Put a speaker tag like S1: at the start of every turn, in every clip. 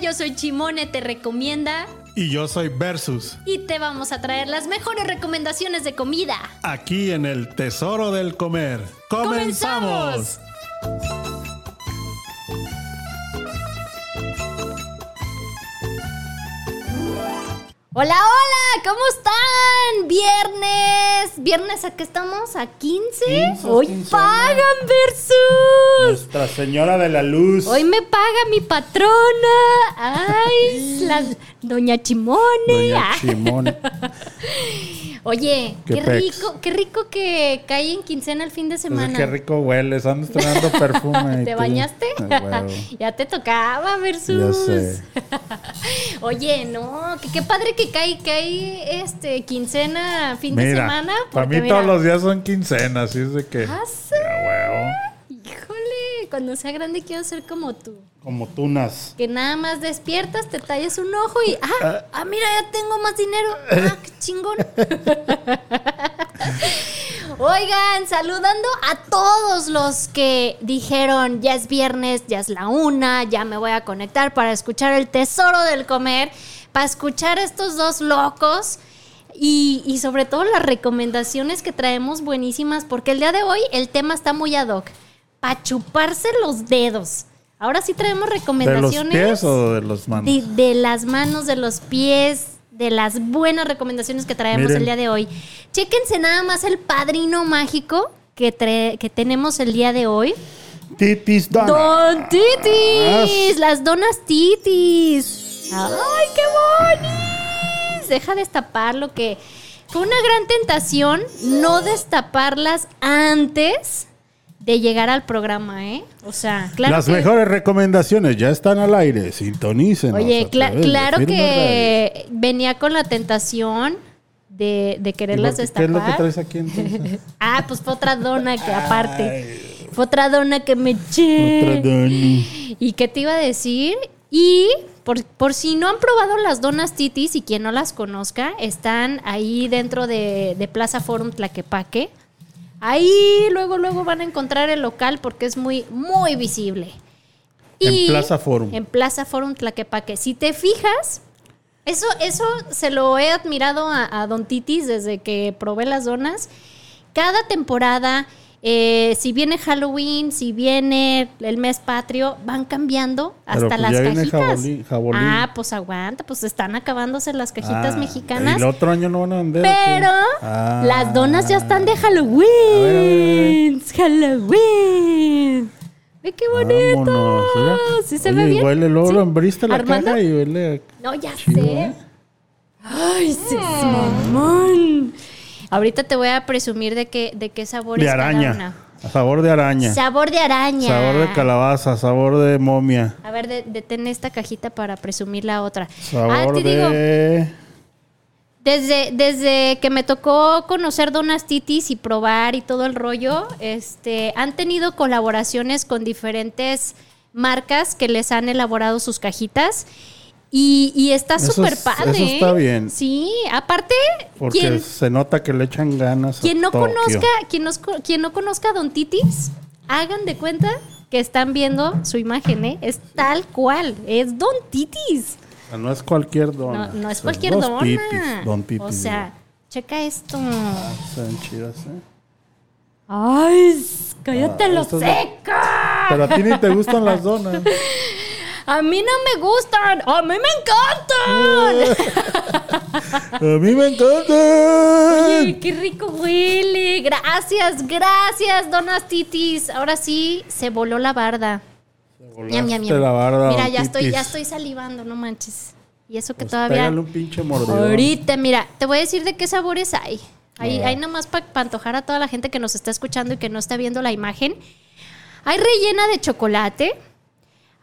S1: Yo soy Chimone, te recomienda.
S2: Y yo soy Versus.
S1: Y te vamos a traer las mejores recomendaciones de comida.
S2: Aquí en el Tesoro del Comer. ¡Comenzamos!
S1: Hola, hola, ¿cómo están? Viernes. Viernes, ¿a qué estamos? ¿A 15?
S3: Quince,
S1: Hoy
S3: quincena.
S1: pagan versus.
S3: Nuestra Señora de la Luz.
S1: Hoy me paga mi patrona. Ay, la doña Chimone.
S3: Doña
S1: Ay.
S3: Chimone.
S1: Oye, qué,
S3: Qué pex.
S1: rico, qué rico que cae en quincena el fin de
S3: Pues
S1: semana.
S3: es que rico hueles, andas tomando perfume. y
S1: ¿Te
S3: tú-
S1: bañaste?
S3: Ay, huevo.
S1: ya te tocaba,
S3: Ya
S1: Versus.
S3: sé.
S1: Oye, no, que qué padre que cae, cae este quincena, fin de
S3: Mira,
S1: semana.
S3: para mí
S1: porque
S3: todos
S1: mira,
S3: los días son quincenas, así es de que.
S1: Ah, sí.
S3: Ya, huevo.
S1: Híjole, cuando sea grande quiero ser como tú.
S3: Como tunas.
S1: Que nada más despiertas, te talles un ojo y ah, ah, mira, ya tengo más dinero. Ah, qué chingón. Oigan, saludando a todos los que dijeron ya es viernes, ya es la una, ya me voy a conectar para escuchar el tesoro del comer, para escuchar a estos dos locos. Y, y sobre todo las recomendaciones que traemos buenísimas, porque el día de hoy el tema está muy ad hoc. Para chuparse los dedos. Ahora sí traemos
S3: ¿De los
S1: recomendaciones.
S3: pies o de los manos?
S1: De, de las manos, de los pies, de las buenas recomendaciones que traemos
S3: Miren.
S1: el día de hoy. Chéquense nada más el padrino mágico que, trae- que tenemos el día de hoy.
S3: Titis dona.
S1: Don Titis, las donas Titis. ¡Ay, qué bonis! Deja destapar lo que fue una gran tentación no destaparlas antes de llegar al programa, ¿eh? O sea, claro
S3: Las
S1: que-
S3: mejores recomendaciones ya están al aire. Sintonicen.
S1: Oye, cla- claro que venía con la tentación de, de quererlas
S3: ¿Qué es lo que
S1: destapar.
S3: traes aquí entonces?
S1: ah, pues fue otra dona que aparte.
S3: Ay,
S1: Fue otra dona que me
S3: otra
S1: eché.
S3: doni.
S1: ¿Y qué te iba a decir? Y por, por si no han probado las donas titis y quien no las conozca, están ahí dentro de, de Plaza Forum Tlaquepaque. Ahí luego, luego van a encontrar el local porque es muy, muy visible.
S3: En Plaza Forum.
S1: En Plaza Forum Tlaquepaque. Si te fijas, eso, eso se lo he admirado a, a Don Titis desde que probé las donas. Cada temporada, eh, si viene Halloween, si viene el mes patrio, van cambiando hasta
S3: Pero pues
S1: las
S3: ya viene
S1: cajitas.
S3: jabolín- jabolín.
S1: Ah, pues aguanta, pues están acabándose las cajitas
S3: Ah,
S1: mexicanas.
S3: ¿Y el otro año no van a vender? o qué?
S1: Pero
S3: Ah.
S1: las donas ya están de
S3: A ver, a ver,
S1: Halloween. Halloween. Ve qué bonito.
S3: Vámonos, mira.
S1: Sí se
S3: Oye,
S1: ve
S3: y
S1: bien.
S3: Huele luego,
S1: Sí.
S3: lo abriste la
S1: Armando.
S3: caja y huele. a-
S1: No, ya
S3: Chido,
S1: sé.
S3: ¿eh?
S1: Ay, sí, es mamón. Ahorita te voy a presumir de qué, de qué sabor
S3: De
S1: es cada
S3: araña.
S1: una.
S3: A sabor de araña.
S1: Sabor de araña.
S3: Sabor de calabaza, sabor de momia.
S1: A ver, de- detén esta cajita para presumir la otra. ah,
S3: Sabor
S1: te digo,
S3: de.
S1: desde, desde que me tocó conocer Donas Titis y probar y todo el rollo, este, han tenido colaboraciones con diferentes marcas que les han elaborado sus cajitas. Y, y está
S3: Eso
S1: súper
S3: es-
S1: padre.
S3: eso está
S1: ¿eh?
S3: bien.
S1: Sí, aparte,
S3: Porque
S1: quien-
S3: se nota que le echan ganas. a
S1: Quien no
S3: Tokio.
S1: conozca, quien, nos- quien no conozca a Don Titis, hagan de cuenta que están viendo su imagen, ¿eh? Es tal cual, es Don Titis.
S3: O sea, No es cualquier dona.
S1: No, no es
S3: Son
S1: cualquier
S3: dos
S1: dona.
S3: titis, don titis.
S1: o sea, checa esto.
S3: digo. Están chidas, ¿eh?
S1: Ay, s- cállate
S3: Ah,
S1: lo
S3: esto es-
S1: seca.
S3: Pero a ti ni te gustan las donas.
S1: A mí no me gustan, a mí me encantan.
S3: Ah. A mí me encantan.
S1: Oye, qué rico huele. Gracias, gracias, donas titis. Ahora sí se voló la barda. Ñam, ñam,
S3: Volaste
S1: ñam.
S3: Este, la barda,
S1: mira,
S3: don
S1: ya estoy, ya
S3: titis.
S1: estoy salivando, no manches. Y eso que
S3: Pues
S1: todavía.
S3: Pégale un pinche mordidón.
S1: Ahorita, mira, te voy a decir de qué sabores hay. Hay,
S3: Ah.
S1: hay nomás para antojar a toda la gente que nos está escuchando y que no está viendo la imagen. Hay rellena de chocolate.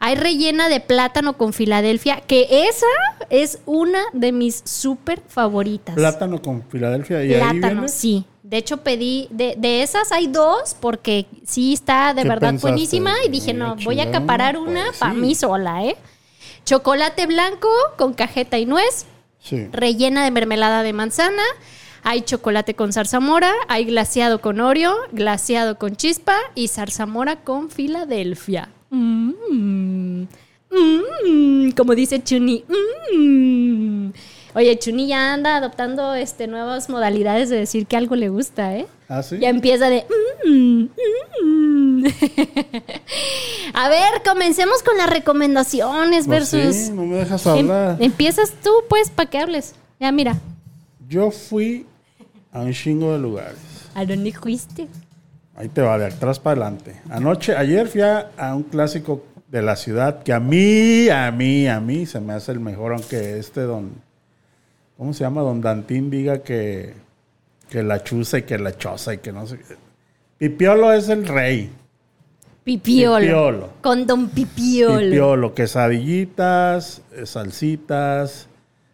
S1: Hay rellena de plátano con Filadelfia, que esa es una de mis súper favoritas.
S3: Plátano con Filadelfia. Y ahí
S1: Plátano,
S3: viene?
S1: sí. De hecho, pedí, de, de esas hay dos, porque sí está de
S3: ¿Qué
S1: verdad
S3: pensaste?
S1: buenísima. Y dije,
S3: Ah,
S1: no, voy a
S3: chingón,
S1: acaparar una
S3: pues
S1: para
S3: sí.
S1: mí sola, ¿eh? Chocolate blanco con cajeta y nuez,
S3: Sí.
S1: rellena de mermelada de manzana. Hay chocolate con zarzamora, hay glaseado con Oreo, glaseado con chispa y zarzamora con Filadelfia. Mm. Mm, como dice Chuni. Mm. Oye, Chuni ya anda adoptando este, nuevas modalidades de decir que algo le gusta, ¿eh?
S3: ¿Ah, sí?
S1: Ya empieza de... mm, mm. A ver, comencemos con las recomendaciones
S3: Pues sí,
S1: versus...
S3: no me dejas
S1: Em-
S3: hablar.
S1: empiezas tú, pues, para que hables. Ya, mira.
S3: Yo fui a un chingo de lugares.
S1: ¿A dónde fuiste?
S3: Ahí te va, de atrás para adelante. Anoche, ayer fui a, a un clásico de la ciudad que a mí, a mí, a mí se me hace el mejor, aunque este don. ¿Cómo se llama? Don Dantín diga que, que la chuza y que la choza y que no sé qué. Pipiolo es el rey.
S1: Pipiolo.
S3: Pipiolo.
S1: Con Don Pipiolo.
S3: Pipiolo, quesadillitas, eh, salsitas,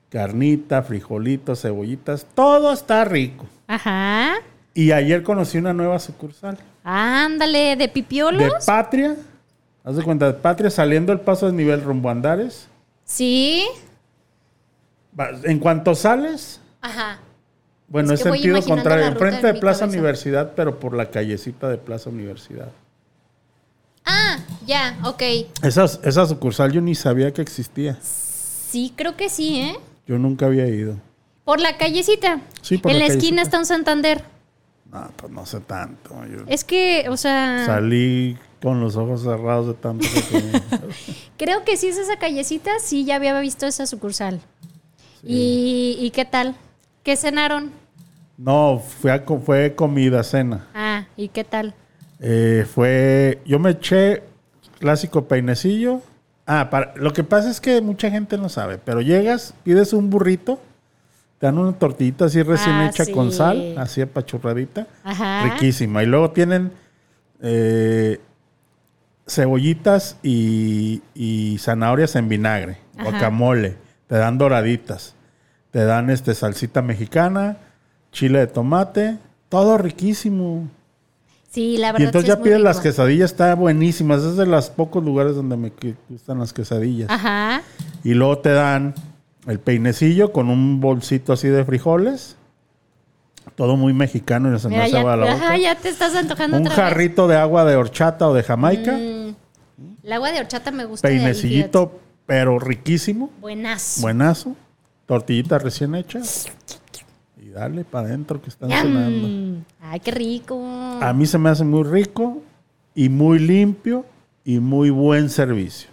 S3: carnita, frijolitos, cebollitas. Todo está rico.
S1: Ajá.
S3: Y ayer conocí una nueva sucursal.
S1: Ándale, de
S3: De
S1: Pipiolos.
S3: Patria. Haz de cuenta, de Patria saliendo el paso del nivel rumbo a Andares.
S1: sí.
S3: Va- En cuanto sales,
S1: Ajá.
S3: bueno,
S1: Es
S3: es,
S1: que voy
S3: sentido
S1: imaginando
S3: contrario.
S1: la ruta en
S3: Enfrente de
S1: mi
S3: Plaza
S1: cabeza.
S3: Universidad, pero por la callecita de Plaza Universidad.
S1: Ah, ya, ok.
S3: Esas- esa sucursal yo ni sabía que existía.
S1: Sí, creo que sí, ¿eh?
S3: Yo nunca había ido.
S1: Por la callecita.
S3: Sí, por
S1: En la,
S3: la
S1: esquina
S3: callecita.
S1: está un Santander.
S3: No, pues no sé tanto. Yo
S1: Es que, o sea,
S3: salí con los ojos cerrados de tanto que tenía.
S1: creo que sí es esa callecita. Sí, ya había visto esa sucursal. ¿Y, ¿Y qué tal? ¿Qué cenaron?
S3: No, fue, a co- fue comida, cena.
S1: Ah, ¿y qué tal?
S3: Eh, fue. Yo me eché clásico peinecillo. Ah, para- lo que pasa es que mucha gente no sabe, pero llegas, pides un burrito, te dan una tortillita así recién
S1: Ah,
S3: hecha
S1: sí.
S3: con sal, así apachurradita,
S1: Ajá.
S3: riquísima. Y luego tienen eh, cebollitas y, y zanahorias en vinagre,
S1: Ajá.
S3: guacamole, te dan doraditas, te dan este salsita mexicana, chile de tomate, todo riquísimo.
S1: Sí, la verdad.
S3: Y
S1: sí
S3: entonces
S1: es
S3: ya
S1: muy
S3: piden las
S1: rico.
S3: quesadillas, está buenísimas. Es de los pocos lugares donde me que- gustan las quesadillas.
S1: Ajá.
S3: Y luego te dan el peinecillo con un bolsito así de frijoles. Todo muy mexicano y se me
S1: Mira,
S3: hace
S1: ya,
S3: agua la
S1: ajá,
S3: boca.
S1: ya te estás antojando
S3: Un
S1: otra vez.
S3: jarrito de agua de horchata o de jamaica.
S1: Mm, el agua de horchata me gusta. de ahí,
S3: peinecillito, pero riquísimo.
S1: fíjate. Buenas.
S3: Buenazo. Tortillita recién hecha. Y dale para adentro que están cenando.
S1: Yam. Ay, qué rico.
S3: A mí se me hace muy rico y muy limpio y muy buen servicio.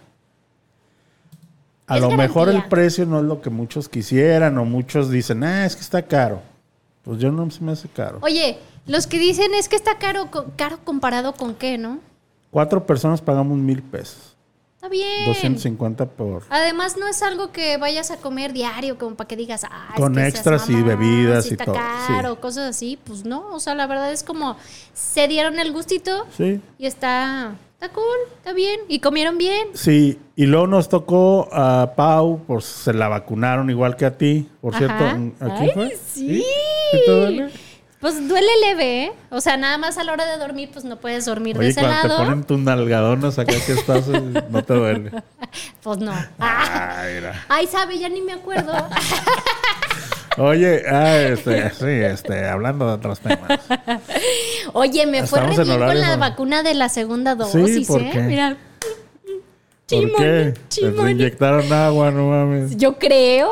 S3: A
S1: Es
S3: lo mejor el
S1: garantía.
S3: precio no es lo que muchos quisieran o muchos dicen, ah, es que está caro. Pues yo no se me hace caro.
S1: Oye, los que dicen es que está caro, co- caro comparado con qué, ¿no?
S3: Cuatro personas pagamos mil pesos.
S1: Está bien.
S3: 250 por...
S1: Además, no es algo que vayas a comer diario, como para que digas, ah, es
S3: Con
S1: que seas
S3: extras y
S1: mamón,
S3: bebidas
S1: sí
S3: y
S1: está
S3: todo, sí.
S1: caro, cosas así. Pues no, o sea, la verdad es como se dieron el gustito
S3: Sí.
S1: y está, está cool, está bien. Y comieron bien.
S3: Sí, y luego nos tocó a Pau, pues se la vacunaron igual que a ti. Por cierto,
S1: Ajá.
S3: ¿aquí
S1: Ay,
S3: fue?
S1: Sí.
S3: ¿Sí te duele?
S1: Pues duele leve, ¿eh? O sea, nada más a la hora de dormir, pues no puedes dormir de
S3: Oye,
S1: ese
S3: cuando te
S1: lado.
S3: ponen tus nalgadonas acá que estás, eh, no te duele.
S1: Pues no.
S3: Ay, mira.
S1: Ay, sabe, ya ni me acuerdo.
S3: Oye, ah, este, sí, este, hablando de otros temas.
S1: Oye, me fue
S3: Estamos
S1: re
S3: en
S1: bien con
S3: horario,
S1: la
S3: mamá.
S1: vacuna de la segunda
S3: Sí,
S1: dosis,
S3: ¿por
S1: ¿eh?
S3: qué?
S1: Mira.
S3: ¿Por
S1: Chimone,
S3: qué? Te
S1: chimone.
S3: inyectaron agua, no mames.
S1: Yo creo,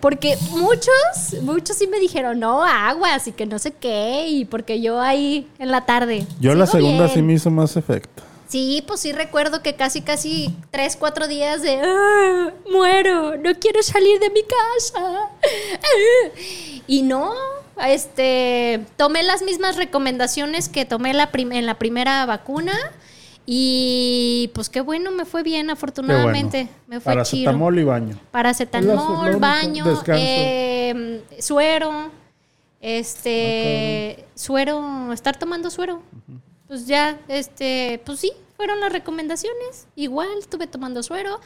S1: porque muchos, muchos sí me dijeron, no, agua, así que no sé qué, y porque yo ahí en la tarde.
S3: Yo la
S1: sigo
S3: segunda
S1: bien.
S3: sí me hizo más efecto.
S1: Sí, pues sí recuerdo que casi, casi tres, cuatro días de "Ah, muero, no quiero salir de mi casa. Ah". Y no, este, tomé las mismas recomendaciones que tomé la prim- en la primera vacuna y pues qué bueno, me fue bien,
S3: Qué bueno.
S1: afortunadamente. Me fue chido.
S3: Paracetamol y baño. Es la- la
S1: Paracetamol,
S3: única.
S1: baño,
S3: Descanso.
S1: eh, suero, este, suero, estar tomando suero. Pues ya, este, pues sí, fueron las recomendaciones. Igual estuve tomando suero.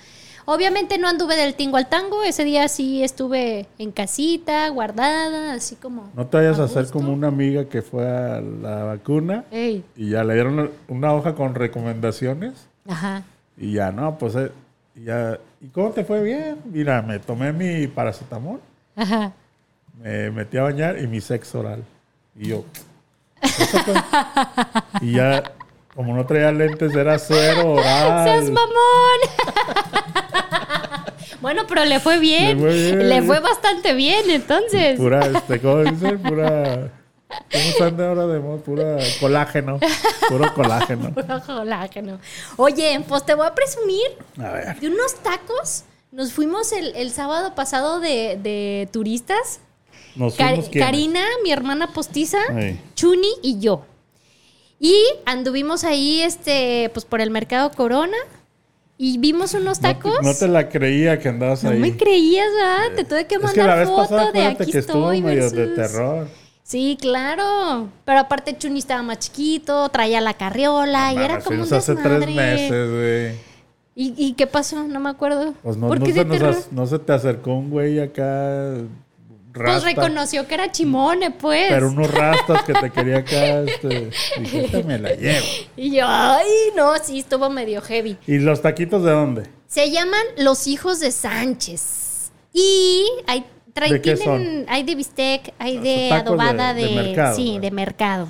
S1: Obviamente no anduve del tingo al tango, ese día sí estuve en casita, guardada, así como...
S3: No te vayas a hacer
S1: gusto.
S3: como una amiga que fue a la vacuna
S1: Ey,
S3: y ya le dieron una hoja con recomendaciones
S1: ajá.
S3: y ya, no, pues eh, y ya. ¿Y cómo te fue bien? Mira, me tomé mi paracetamol,
S1: Ajá.
S3: me metí a bañar y mi sexo oral. Y yo. "Eso fue". y ya, como no traía lentes, era suero oral.
S1: ¡Seas mamón! Bueno, pero le fue bien.
S3: Le fue bien.
S1: Le fue bastante bien, entonces.
S3: Pura, este, ¿cómo dice? Pura. ¿Cómo están de ahora de moda? Pura colágeno. Puro colágeno.
S1: Puro colágeno. Oye, pues te voy a presumir
S3: A ver.
S1: de unos tacos. Nos fuimos el, el sábado pasado de, de turistas.
S3: Nos
S1: Car-
S3: fuimos ¿quiénes?
S1: Karina, mi hermana postiza,
S3: Ey.
S1: Chuni y yo. Y anduvimos ahí, este, pues por el mercado Corona y vimos unos
S3: No te-
S1: tacos.
S3: No, te la creía que andabas
S1: No
S3: ahí.
S1: me creías, ¿verdad? Te tuve que
S3: es que la
S1: mandar
S3: vez
S1: foto
S3: pasada
S1: de
S3: acuérdate
S1: aquí
S3: que estuvo
S1: estoy.
S3: medio de
S1: versus".
S3: terror.
S1: Sí, claro. Pero aparte Chuni estaba más chiquito, traía la carriola y era
S3: Bueno,
S1: como
S3: sí,
S1: un
S3: hace
S1: desmadre.
S3: tres meses, güey.
S1: ¿Y, y qué pasó? No me acuerdo.
S3: Pues no,
S1: ¿Por
S3: no
S1: qué
S3: se
S1: de
S3: nos
S1: terror?
S3: ac- no se te acercó un güey acá.
S1: Pues
S3: Rasta,
S1: reconoció que era Chimone, pues.
S3: Pero unos rastas que te quería acá. Este, dije, "Esta me la llevo.
S1: Y yo, ay, no, sí, estuvo medio heavy.
S3: ¿Y los taquitos de dónde?
S1: Se llaman Los Hijos de Sánchez. Y hay, traen-
S3: ¿De qué Ah,
S1: tienen- hay de bistec, hay de
S3: tacos de-
S1: adobada de,
S3: de mercado, pues.
S1: sí,
S3: ¿verdad?
S1: de mercado.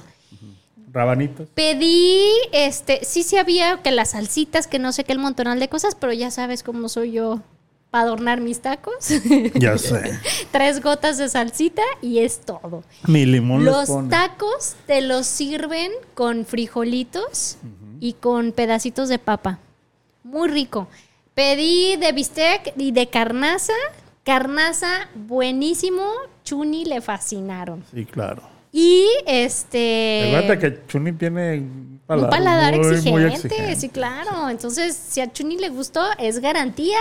S3: Rabanitos.
S1: Pedí, este, sí, sí había que las salsitas, que no sé qué, el montonal de cosas, pero ya sabes cómo soy yo para adornar mis tacos.
S3: Ya sé.
S1: Tres gotas de salsita y es todo.
S3: Mi limón los,
S1: Los
S3: pone.
S1: tacos te los sirven con frijolitos y con pedacitos de papa. Muy rico. Pedí de bistec y de carnaza. Carnaza, buenísimo. Chuni le fascinaron.
S3: Sí, claro.
S1: Y este.
S3: Recuerda que Chuni tiene un
S1: un
S3: paladar,
S1: paladar
S3: muy, muy
S1: exigente,
S3: exigente.
S1: sí, claro. Entonces, si a Chuni le gustó, es garantía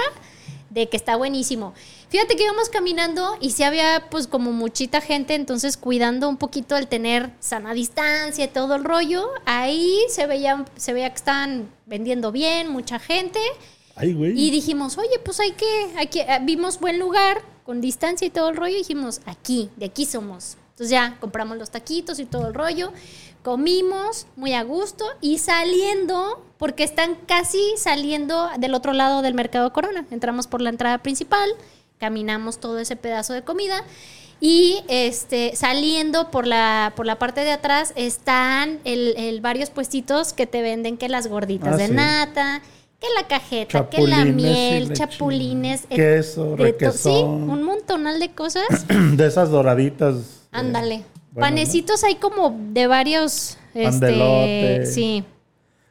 S1: de que está buenísimo. Fíjate que íbamos caminando y si había pues como muchita gente, entonces cuidando un poquito el tener sana distancia y todo el rollo, ahí se veía, se veía que estaban vendiendo bien, mucha gente.
S3: Ay, güey.
S1: Y dijimos, oye, pues hay que, hay que, eh, vimos buen lugar, con distancia y todo el rollo, y dijimos, aquí, de aquí somos. Entonces ya compramos los taquitos y todo el rollo, comimos muy a gusto y saliendo, porque están casi saliendo del otro lado del mercado Corona. Entramos por la entrada principal, caminamos todo ese pedazo de comida y este, saliendo por la, por la parte de atrás están el, el varios puestitos que te venden que las gorditas
S3: Ah,
S1: de
S3: sí.
S1: nata, que la cajeta que
S3: Chapulines
S1: la
S3: y
S1: miel,
S3: la
S1: chapulines, eh,
S3: chingada. Queso,
S1: de to-
S3: requesón.
S1: Sí, un montonal de cosas.
S3: de esas doraditas. eh,
S1: Ándale.
S3: bueno,
S1: Panecitos hay como de varios. Este,
S3: Pandelote.
S1: sí.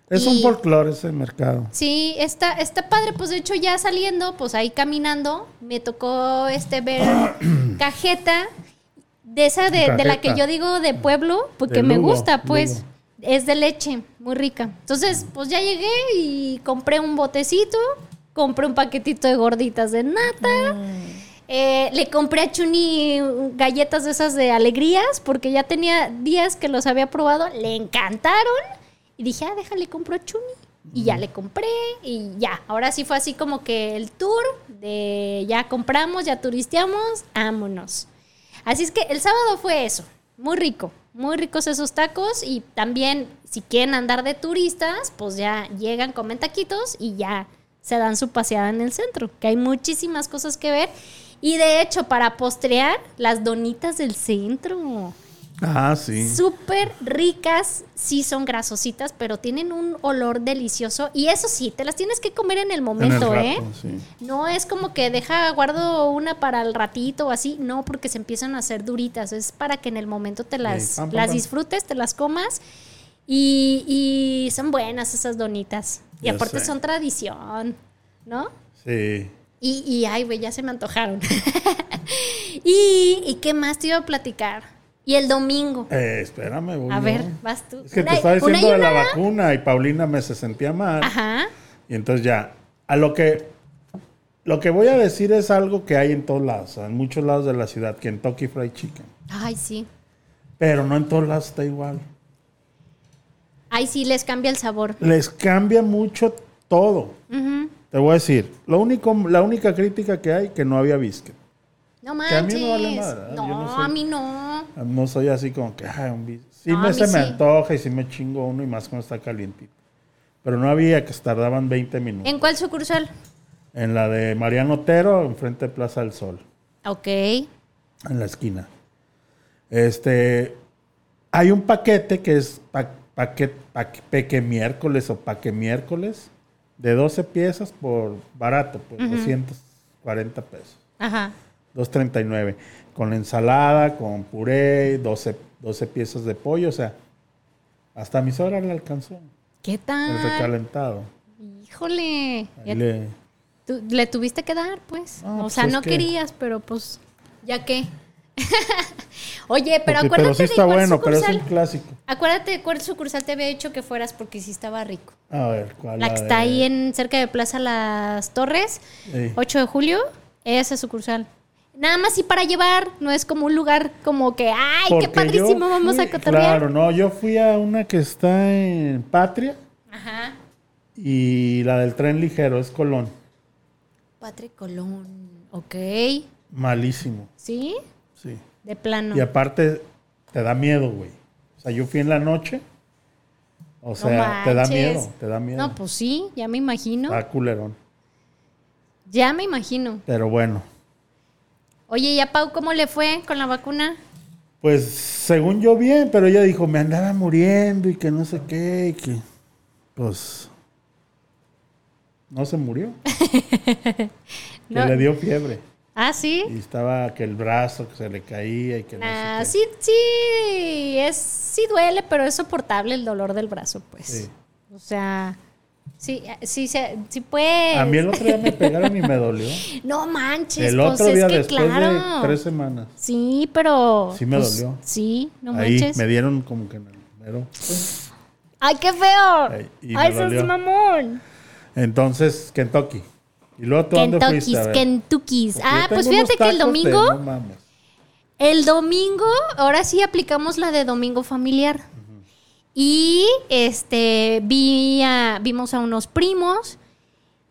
S3: ¿no? Es
S1: y-
S3: un folclore ese mercado.
S1: Sí, está, está padre. Pues de hecho, ya saliendo, pues ahí caminando, me tocó este ver cajeta. De esa de, de la
S3: Cajeta.
S1: que yo digo de pueblo, porque
S3: De
S1: me
S3: Lugo,
S1: gusta, pues.
S3: Lugo.
S1: Es de leche, muy rica. Entonces, pues ya llegué y compré un botecito, compré un paquetito de gorditas de nata. eh, le compré a Chuni galletas de esas de alegrías, porque ya tenía días que los había probado, le encantaron. Y dije, ah, déjale, compro a Chuni. Y ya le compré y ya. Ahora sí fue así como que el tour de ya compramos, ya turisteamos, vámonos. Así es que el sábado fue eso. Muy rico. Muy ricos esos tacos. Y también, si quieren andar de turistas, pues ya llegan, comen taquitos y ya se dan su paseada en el centro. Que hay muchísimas cosas que ver. Y de hecho, para postrear, las donitas del centro.
S3: Ah, sí.
S1: Súper ricas, sí son grasositas, pero tienen un olor delicioso. Y eso sí, te las tienes que comer en el momento,
S3: rato,
S1: ¿eh?
S3: sí.
S1: No es como que deja, guardo una para el ratito o así, no, porque se empiezan a hacer duritas. Es para que en el momento te las,
S3: Sí, pam, pam,
S1: las
S3: pam.
S1: disfrutes, te las comas. Y, y son buenas esas donitas. Y
S3: Ya
S1: aparte
S3: sé.
S1: son tradición, ¿no?
S3: Sí.
S1: Y, y ay, güey, ya se me antojaron. y, ¿Y qué más te iba a platicar? Y el domingo.
S3: Eh, espérame, voy
S1: A
S3: yo.
S1: ver, vas tú.
S3: Es que
S1: Una-
S3: te estaba
S1: una
S3: diciendo
S1: y
S3: de la
S1: una.
S3: vacuna y Paulina me se sentía mal.
S1: Ajá.
S3: Y entonces ya, a lo que lo que voy a decir es algo que hay en todos lados, o sea, en muchos lados de la ciudad, Kentucky Fried Chicken.
S1: Ay, sí.
S3: Pero no en todos lados está igual.
S1: Ay, sí, les cambia el sabor.
S3: Les cambia mucho todo.
S1: Ujú.
S3: Te voy a decir, lo único, la única crítica que hay que no había biscuit.
S1: No
S3: Que a
S1: manches.
S3: mí no vale madre, ¿eh?
S1: no,
S3: Yo no
S1: a
S3: soy-
S1: mí no.
S3: No soy así como que, ay, un biscuit. Sí
S1: No, a
S3: me,
S1: mí
S3: se me
S1: sí.
S3: antoja y sí me chingo uno y más cuando está calientito. Pero no había, que tardaban 20 minutos.
S1: ¿En cuál sucursal?
S3: En la de Mariano Otero, enfrente de Plaza del Sol,
S1: Ok.
S3: en la esquina. Este, hay un paquete que es pa, paquete, peque miércoles o paque miércoles, de 12 piezas por barato, pues 240 40 pesos.
S1: Ajá.
S3: 2.39. Con ensalada, con puré, 12, 12 piezas de pollo. O sea, hasta mis horas le alcanzó.
S1: ¿Qué
S3: El
S1: tal?
S3: recalentado.
S1: Híjole.
S3: Ahí
S1: Ah. Ya
S3: le-
S1: tú- le tuviste que dar, pues.
S3: Ah,
S1: o
S3: pues
S1: sea,
S3: es
S1: no
S3: que-
S1: querías, pero pues, ¿ya qué? Oye, pero
S3: Porque-
S1: acuérdate
S3: pero sí
S1: de
S3: está
S1: cuál
S3: bueno, pero es
S1: sucursal-
S3: un clásico.
S1: Acuérdate de cuál sucursal te había dicho que fueras porque sí estaba rico.
S3: A ver, ¿cuál?
S1: La que
S3: A
S1: está
S3: ver.
S1: ahí en cerca de Plaza Las Torres,
S3: Sí.
S1: 8 de julio, esa sucursal. Nada más y para llevar, no es como un lugar como que, ay,
S3: Porque
S1: qué
S3: yo
S1: padrísimo, vamos a
S3: fui-
S1: cotorrear.
S3: Claro, no, yo fui a una que está en Patria
S1: Ajá,
S3: y la del tren ligero, es Colón.
S1: Patria Colón, ok,
S3: Malísimo,
S1: ¿sí?
S3: sí.
S1: De plano.
S3: Y aparte, te da miedo, güey. O sea, yo fui en la noche. O
S1: No
S3: sea, te da
S1: manches.
S3: miedo, te da miedo.
S1: No, pues sí, ya me imagino,
S3: Está culerón.
S1: ya me imagino.
S3: Pero bueno,
S1: Oye, ¿y a Pau cómo le fue con la vacuna?
S3: pues según yo bien, pero ella dijo, me andaba muriendo y que no sé qué, y que pues no se murió. que
S1: No.
S3: le dio fiebre.
S1: Ah, sí.
S3: Y estaba que el brazo que se le caía y que no sé
S1: Nah,
S3: qué.
S1: Ah, sí, sí, es, sí duele, pero es soportable el dolor del brazo, pues.
S3: Sí.
S1: O sea, sí, sí, sí, sí puedes.
S3: A mí el otro día me pegaron y me dolió.
S1: No manches,
S3: El
S1: pues
S3: otro
S1: es
S3: día
S1: que
S3: después
S1: claro.
S3: de tres semanas.
S1: Sí, pero.
S3: Sí me
S1: pues,
S3: dolió.
S1: Sí, no
S3: Ahí
S1: manches.
S3: me dieron como que en el mero.
S1: Ay, qué feo.
S3: Ahí, y me
S1: Ay, sos
S3: dolió.
S1: mamón.
S3: Entonces, Kentucky. ¿Y luego tú dónde fuiste? A
S1: Kentucky's, Kentucky's.
S3: ver. Porque yo
S1: Ah,
S3: tengo
S1: pues
S3: unos
S1: fíjate que el
S3: tacos de-
S1: domingo,
S3: no mames.
S1: el domingo, ahora sí aplicamos la de domingo familiar. Y este vi a- vimos a unos primos.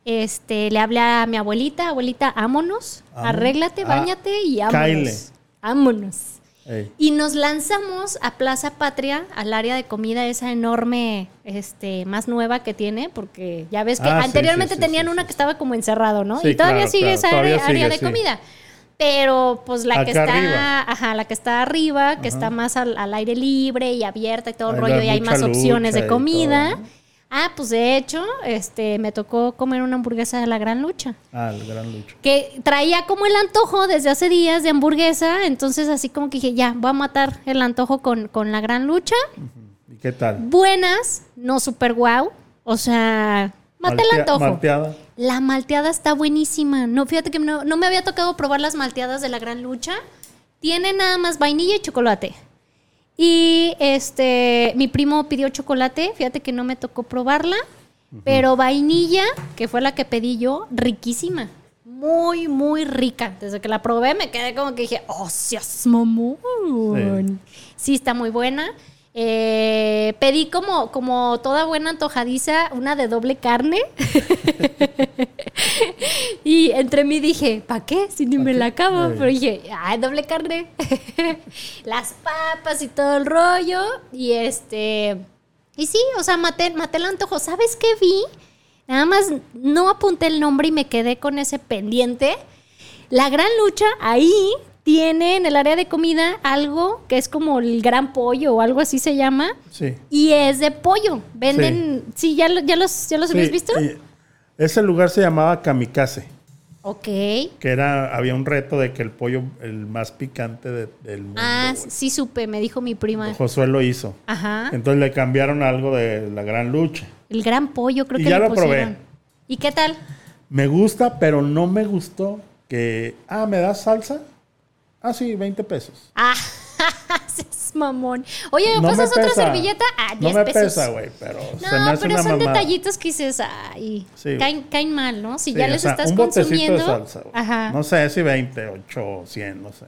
S1: Este, le hablé a mi abuelita, abuelita, ámonos,
S3: Amo-
S1: arréglate,
S3: Ah,
S1: bañate y ámonos.
S3: cáele.
S1: Ámonos.
S3: Ey,
S1: Y nos lanzamos a Plaza Patria, al área de comida esa enorme, este, más nueva que tiene, porque ya ves que
S3: Ah, sí,
S1: anteriormente
S3: sí, sí,
S1: tenían
S3: sí,
S1: una
S3: sí.
S1: que estaba como encerrado, ¿no?
S3: Sí,
S1: y todavía
S3: claro,
S1: sigue
S3: claro,
S1: esa
S3: todavía
S1: área, área
S3: sigue,
S1: de
S3: sí.
S1: comida. Pero pues la que
S3: Acá
S1: está,
S3: arriba.
S1: ajá, la que está arriba, que está más al, al aire libre y abierta y todo el
S3: Ahí
S1: rollo,
S3: da
S1: y hay
S3: mucha
S1: más opciones
S3: lucha
S1: de
S3: y todo,
S1: comida.
S3: ¿no?
S1: Ah, pues de hecho, este, me tocó comer una hamburguesa de la Gran Lucha
S3: Ah, el gran lucho.
S1: que traía como el antojo desde hace días de hamburguesa, entonces así como que dije, ya, voy a matar el antojo con, con la gran lucha.
S3: ¿Y qué tal?
S1: Buenas, no super guau, o sea, maté el
S3: Maltea-
S1: antojo.
S3: Malteada.
S1: La malteada está buenísima, no, fíjate que no, no me había tocado probar las malteadas de la gran lucha, tiene nada más vainilla y chocolate. Y este, mi primo pidió chocolate, fíjate que no me tocó probarla, pero vainilla, que fue la que pedí yo, riquísima. Muy, muy rica. Desde que la probé me quedé como que dije, ¡oh, seas mamón! Sí. está muy buena. Eh, pedí como, como toda buena antojadiza una de doble carne. y entre mí dije, ¿para qué? Si ni
S3: ¿Pa
S1: me la
S3: qué?
S1: acabo.
S3: Sí.
S1: Pero dije, ¡ay, doble carne! Las papas y todo el rollo. Y este. Y sí, o sea, maté, maté el antojo. ¿Sabes qué vi? Nada más no apunté el nombre y me quedé con ese pendiente. La gran lucha ahí tiene en el área de comida algo que es como el gran pollo o algo así se llama.
S3: Sí.
S1: Y es de pollo. Venden. Sí, ya, lo- ya los, ya los habías
S3: Sí,
S1: visto.
S3: y ese lugar se llamaba Kamikaze,
S1: Ok.
S3: que era, había un reto de que el pollo, el más picante de- del mundo.
S1: Ah,
S3: güey.
S1: sí supe, me dijo mi prima.
S3: Josué lo hizo.
S1: Ajá.
S3: Entonces le cambiaron algo de la gran lucha.
S1: El gran pollo, creo
S3: Y
S1: que
S3: ya
S1: le
S3: lo probé.
S1: pusieron. ¿Y qué tal?
S3: Me gusta, pero no me gustó que, ah, ¿me das salsa? Ah, sí, 20 pesos.
S1: Ah, es mamón. Oye, ¿me
S3: No
S1: pasas
S3: me
S1: otra
S3: pesa.
S1: servilleta? Ah, 10
S3: No me
S1: pesos.
S3: pesa, güey, pero
S1: No,
S3: se me hace
S1: pero
S3: una
S1: son
S3: mamada.
S1: detallitos que dices, ay,
S3: Sí.
S1: caen, caen mal, ¿no? Si
S3: Sí,
S1: ya
S3: o
S1: les
S3: sea,
S1: estás
S3: un botecito
S1: consumiendo.
S3: de salsa, güey.
S1: ajá.
S3: No sé si 20, 8 o 100, no sé.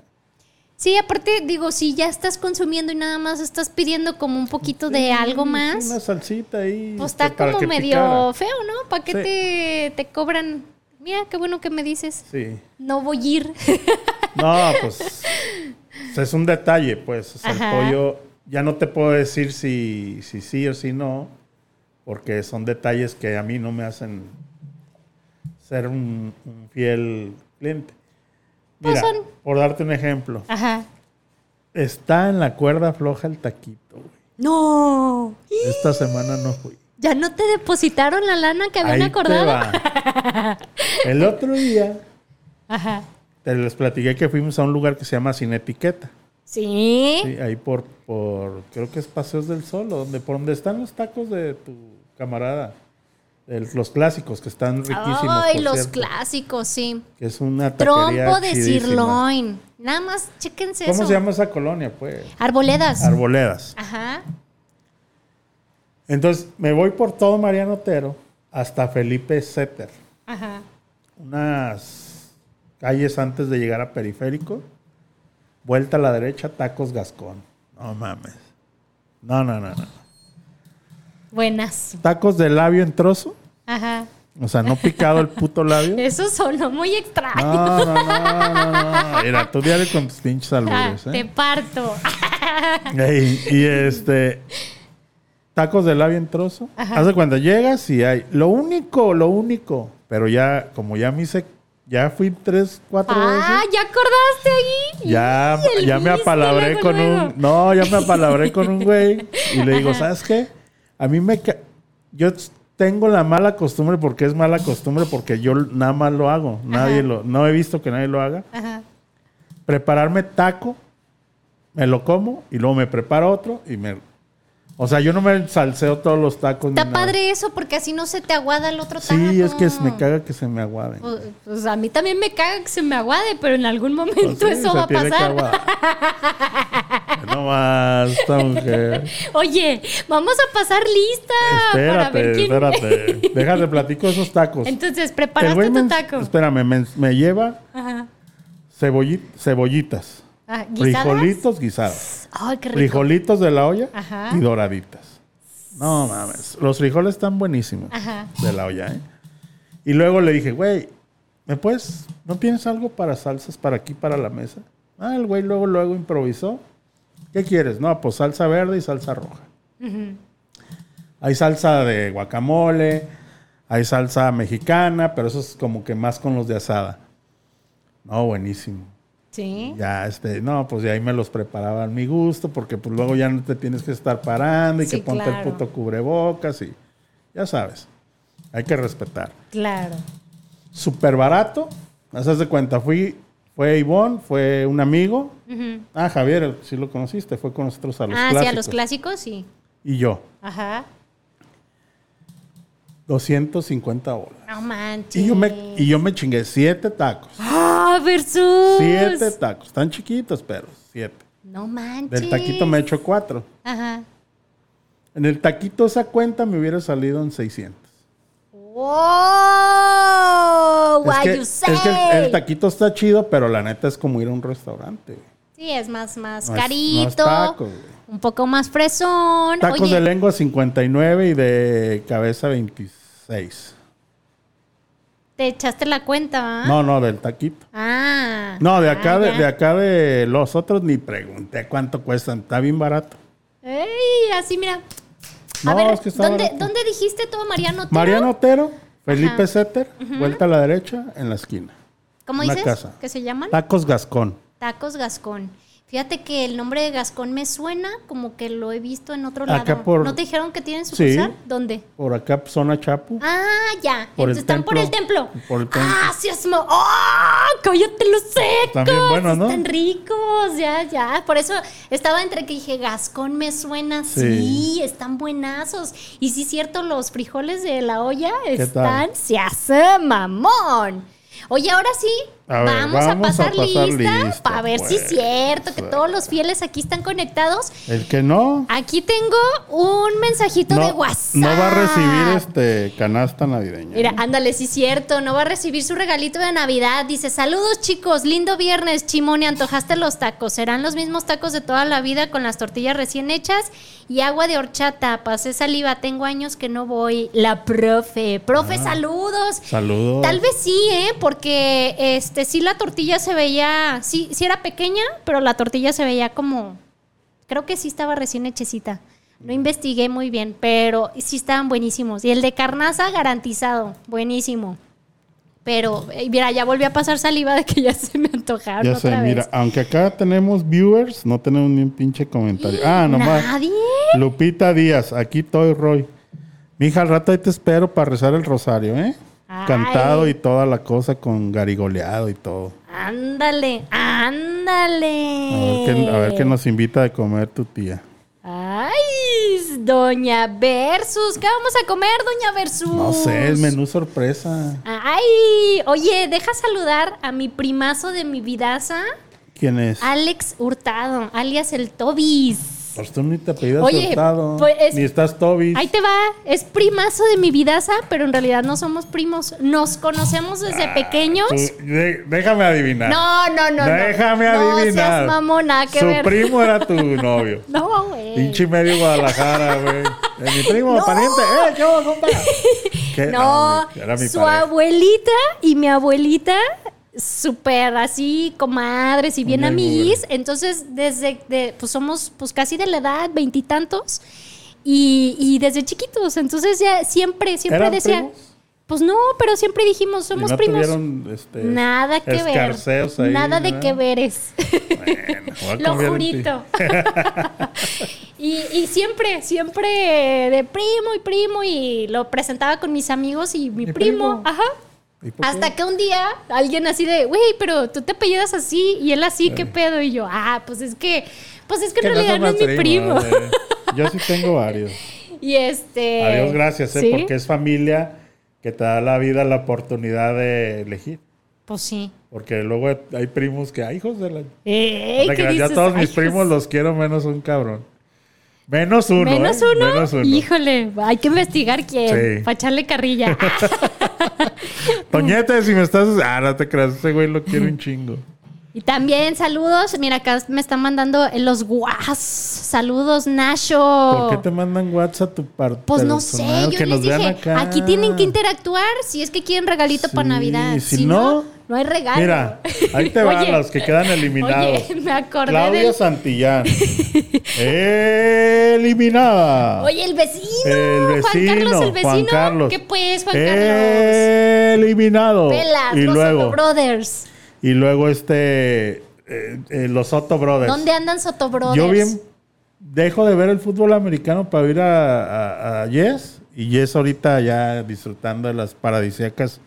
S1: Sí, aparte, digo, si ya estás consumiendo y nada más estás pidiendo como un poquito de algo
S3: Una
S1: más,
S3: salsita ahí.
S1: pues está
S3: este, para
S1: como
S3: que
S1: medio
S3: picara.
S1: feo, ¿no? ¿Para qué
S3: Sí.
S1: te, te cobran? Mira, qué bueno que me dices.
S3: Sí.
S1: No voy a ir.
S3: No, pues es un detalle, pues. O sea,
S1: Ajá.
S3: el pollo, ya no te puedo decir si, si sí o si no, porque son detalles que a mí no me hacen ser un, un fiel cliente.
S1: Pues
S3: Mira,
S1: son-
S3: por darte un ejemplo,
S1: Ajá.
S3: está en la cuerda floja el taquito, güey.
S1: No.
S3: Esta semana no fui.
S1: ¿Ya no te depositaron la lana que habían
S3: Ahí te
S1: acordado?
S3: va. El otro día
S1: Ajá.
S3: Te les platiqué que fuimos a un lugar que se llama Sin Etiqueta.
S1: ¿Sí?
S3: Sí, ahí por, por, creo que es Paseos del Sol, o donde, por donde están los tacos de tu camarada. El- los clásicos que están riquísimos.
S1: Ay,
S3: por
S1: los
S3: cierto,
S1: clásicos, sí.
S3: que es una taquería
S1: Trompo de
S3: chidísima.
S1: sirloin. Nada más, chéquense
S3: ¿Cómo
S1: eso.
S3: se llama esa colonia, pues?
S1: Arboledas.
S3: Arboledas.
S1: Ajá.
S3: Entonces, me voy por todo Mariano Otero hasta Felipe Zetter.
S1: Ajá.
S3: Unas calles antes de llegar a Periférico. Vuelta a la derecha, Tacos Gascón. No mames. No, no, no, no.
S1: Buenas.
S3: Tacos de labio en trozo.
S1: Ajá.
S3: O sea, no picado el puto labio.
S1: Eso sonó muy extraño.
S3: No, no, no, no, no. Mira, tú diario con tus pinches
S1: Ah,
S3: albures,
S1: Te
S3: ¿eh?
S1: parto.
S3: Ey, Y, este... Tacos de labio en trozo. Haz de cuando llegas y hay... Lo único, lo único. Pero ya, como ya me hice... Ya fui tres, cuatro
S1: Ah,
S3: veces.
S1: ¿ya acordaste ahí?
S3: ¿eh? Ya,
S1: Y el
S3: ya me
S1: whisky
S3: apalabré
S1: luego,
S3: con
S1: luego.
S3: un... No, ya me apalabré con un güey. Y le digo, ¿sabes qué? A mí me... ca- Yo tengo la mala costumbre porque es mala costumbre porque yo nada más lo hago. Nadie lo... No he visto que nadie lo haga.
S1: Ajá.
S3: prepararme taco, me lo como y luego me preparo otro y me... O sea, yo no me salseo todos los tacos. ni
S1: Está
S3: nada.
S1: padre eso porque así no se te aguada el otro taco.
S3: Sí, es que me caga que se me aguaden.
S1: Pues, pues a mí también me caga que se me aguade, pero en algún
S3: Pues
S1: momento
S3: sí,
S1: eso
S3: se
S1: va a
S3: tiene que
S1: pasar.
S3: aguadar. no más, esta mujer.
S1: Oye, vamos a pasar lista para ver
S3: Espérate,
S1: quién.
S3: espérate. Déjate, platico esos tacos.
S1: Entonces,
S3: El güey
S1: preparaste tu
S3: me-
S1: taco.
S3: Espérame, me, me lleva
S1: Ajá.
S3: cebolli- cebollitas,
S1: Ah, ¿guisadas?
S3: frijolitos guisados.
S1: Ay, qué rico.
S3: frijolitos de la olla
S1: Ajá.
S3: y doraditas. No mames, los frijoles están buenísimos
S1: Ajá.
S3: de la olla, ¿eh? Y luego le dije, güey, ¿me puedes? ¿No tienes algo para salsas para aquí, para la mesa? Ah, el güey luego, luego improvisó. ¿Qué quieres? No, pues salsa verde y salsa roja. Hay salsa de guacamole, hay salsa mexicana, pero eso es como que más con los de asada. No, buenísimo.
S1: Sí.
S3: Ya, este, no, pues de ahí me los preparaba a mi gusto, porque pues luego ya no te tienes que estar parando y
S1: Sí,
S3: que ponte
S1: claro.
S3: el puto cubrebocas y ya sabes, hay que respetar.
S1: Claro.
S3: Súper barato, haces de cuenta, fui, fue Ivonne, fue un amigo,
S1: Ujú.
S3: ah, Javier, si lo conociste, fue con nosotros a los
S1: ah,
S3: clásicos.
S1: sí, a los clásicos, sí.
S3: Y yo,
S1: Ajá.
S3: 250 bolas.
S1: No manches.
S3: Y yo, me, y yo me chingué siete tacos,
S1: Ah, versus.
S3: siete tacos, están chiquitos, pero siete.
S1: No manches.
S3: Del taquito me echo cuatro.
S1: Ajá.
S3: En el taquito esa cuenta me hubiera salido en 600.
S1: ¡Wow! What
S3: es que,
S1: you say.
S3: es que el, el taquito está chido, pero la neta es como ir a un restaurante. güey.
S1: Sí, es más, más
S3: No es-
S1: carito.
S3: no es tacos, güey.
S1: un poco más fresón.
S3: Tacos
S1: Oye,
S3: de lengua 59 y de cabeza 26.
S1: te echaste la cuenta, ¿va?
S3: No, no, del taquito.
S1: Ah.
S3: No, de acá,
S1: Ah,
S3: de,
S1: ya.
S3: de acá de los otros ni pregunté cuánto cuestan. Está bien barato.
S1: Ey, así mira. A
S3: No,
S1: ver,
S3: es que está
S1: ¿dónde,
S3: barato.
S1: ¿dónde dijiste tú, a Mariano? Otero?
S3: Mariano Otero, Felipe Setter, vuelta a la derecha en la esquina.
S1: ¿Cómo
S3: una
S1: dices?
S3: casa.
S1: ¿Que se llaman?
S3: Tacos Gascón.
S1: Tacos Gascón. Fíjate que el nombre de Gascón me suena como que lo he visto en otro
S3: Acá
S1: lado.
S3: por-
S1: ¿No te dijeron que tienen
S3: Sí.
S1: sucursal? ¿Dónde?
S3: Por acá, pues, zona Chapu.
S1: Ah, ya.
S3: Por
S1: Entonces,
S3: el
S1: están por el templo.
S3: Por el templo.
S1: Ah, sí es mo- ¡Ah! ¡Cállate los secos!
S3: También bueno, ¿no?
S1: Están ricos, ya, ya. Por eso estaba entre que dije, Gascón me suena así,
S3: Sí.
S1: están buenazos. Y sí, cierto, los frijoles de la olla
S3: tal?
S1: están, se hace mamón. Oye, ahora sí,
S3: A ver,
S1: vamos, a
S3: vamos a
S1: pasar,
S3: pasar
S1: lista,
S3: lista,
S1: para ver si es
S3: pues,
S1: cierto que
S3: pues.
S1: todos los fieles aquí están conectados.
S3: El que no,
S1: Aquí tengo un mensajito de WhatsApp.
S3: no va a recibir este canasta navideña.
S1: Mira, ándale, sí es cierto, no va a recibir su regalito de Navidad. Dice, saludos chicos, lindo viernes, Chimone, antojaste los tacos. Serán los mismos tacos de toda la vida con las tortillas recién hechas y agua de horchata. Pasé saliva, tengo años que no voy. La profe, profe, saludos.
S3: Saludos.
S1: Tal vez sí, ¿eh? Porque este, sí la tortilla se veía, sí, sí era pequeña, pero la tortilla se veía como, creo que sí estaba recién hechecita. No
S3: Mm.
S1: investigué muy bien, pero sí estaban buenísimos. Y el de carnaza garantizado, buenísimo. Pero, eh, mira, ya volví a pasar saliva de que ya se me antojaron
S3: Ya sé,
S1: otra vez.
S3: mira, aunque acá tenemos viewers, no tenemos ni un pinche comentario. Ah, nomás.
S1: Nadie.
S3: Lupita Díaz, aquí estoy, Roy. Mija, al rato ahí te espero para rezar el rosario, ¿eh? cantado y toda la cosa con garigoleado y todo.
S1: Ándale, ándale.
S3: A ver, qué, a ver qué nos invita a comer tu tía.
S1: Ay, Doña Versus. ¿Qué vamos a comer, Doña Versus?
S3: No sé, el menú sorpresa.
S1: Ay, oye, deja saludar a mi primazo de mi vidaza,
S3: ¿Quién es?
S1: Alex Hurtado, alias el Tobis.
S3: Pues tú ni te apellidas
S1: Oye,
S3: Hurtado,
S1: pues es-
S3: ni estás Toby.
S1: Ahí te va, es primazo de mi vidaza, pero en realidad no somos primos. Nos conocemos desde pequeños.
S3: Tú- de- déjame adivinar.
S1: No, no, no. no.
S3: Ah, Déjame adivinar.
S1: No seas mamón, nada que
S3: Su
S1: ver.
S3: primo era tu novio.
S1: No, güey.
S3: Pinche medio Guadalajara, güey. Eh, Mi primo,
S1: No.
S3: pariente. ¡Eh, qué hubo, compa! ¿Qué?
S1: No,
S3: mi- ah, era mi
S1: su
S3: pareja.
S1: abuelita y mi abuelita, súper así, comadres y bien
S3: Muy
S1: amiguis. Entonces, desde, de- pues somos pues casi de la edad, veintitantos. Y, y desde chiquitos, entonces ya siempre, siempre
S3: ¿Eran
S1: decía,
S3: primos?
S1: pues no, pero siempre dijimos,
S3: ¿Y
S1: somos
S3: no
S1: primos.
S3: tuvieron, este,
S1: Nada que ver.
S3: escarceos ahí,
S1: nada de
S3: ¿no?
S1: que veres.
S3: Bueno, voy a
S1: Lo
S3: confiar en
S1: jurito.
S3: ti.
S1: y, y siempre, siempre de primo y primo y lo presentaba con mis amigos y mi
S3: Mi
S1: primo.
S3: primo.
S1: Ajá.
S3: ¿Y por qué?
S1: Hasta que un día alguien así de, güey, pero tú te apellidas así y él así, ¿qué pedo? Y yo, ah, pues es que, pues es que en
S3: Eh. Que no
S1: realidad no
S3: somos
S1: es mi primo.
S3: primos, eh. Yo sí tengo varios.
S1: y este.
S3: Adiós, gracias, eh,
S1: ¿sí?
S3: porque es familia que te da la vida la oportunidad de elegir.
S1: Pues sí.
S3: Porque luego hay primos que, hay hijos de la.
S1: Ey,
S3: O sea,
S1: ¿qué
S3: que ya
S1: dices?
S3: todos
S1: Ay,
S3: mis
S1: pues,
S3: primos los quiero menos un cabrón. Menos uno.
S1: Menos
S3: ¿eh?
S1: uno.
S3: Menos uno.
S1: Híjole, hay que investigar quién.
S3: Sí.
S1: Para echarle carrilla.
S3: Toñete, si me estás. Ah, no te creas, ese güey lo quiero un chingo.
S1: Y también saludos. Mira, acá me están mandando eh, los guas. Saludos, Nacho.
S3: ¿Por qué te mandan WhatsApp tu parte?
S1: Oh. pues no sé, yo les dije, aquí tienen que interactuar si es que quieren regalito
S3: Sí,
S1: para Navidad.
S3: si
S1: Si, no,
S3: no,
S1: no, hay regalo.
S3: Mira, ahí te van
S1: Oye,
S3: los que quedan eliminados.
S1: Oye, me acordé
S3: Claudia
S1: del-
S3: Santillán. Eliminada.
S1: Oye, el vecino,
S3: el
S1: Juan Carlos, el
S3: vecino,
S1: vecino.
S3: Juan Carlos.
S1: ¿Qué pues, Juan Carlos?
S3: Eliminado.
S1: Velas,
S3: y
S1: los
S3: luego,
S1: Soto Brothers.
S3: y luego este, eh, eh, los Soto Brothers.
S1: ¿Dónde andan Soto Brothers?
S3: Yo bien dejo de ver el fútbol americano para ir a, a- a Yes. Y Yes ahorita ya disfrutando de las paradisíacas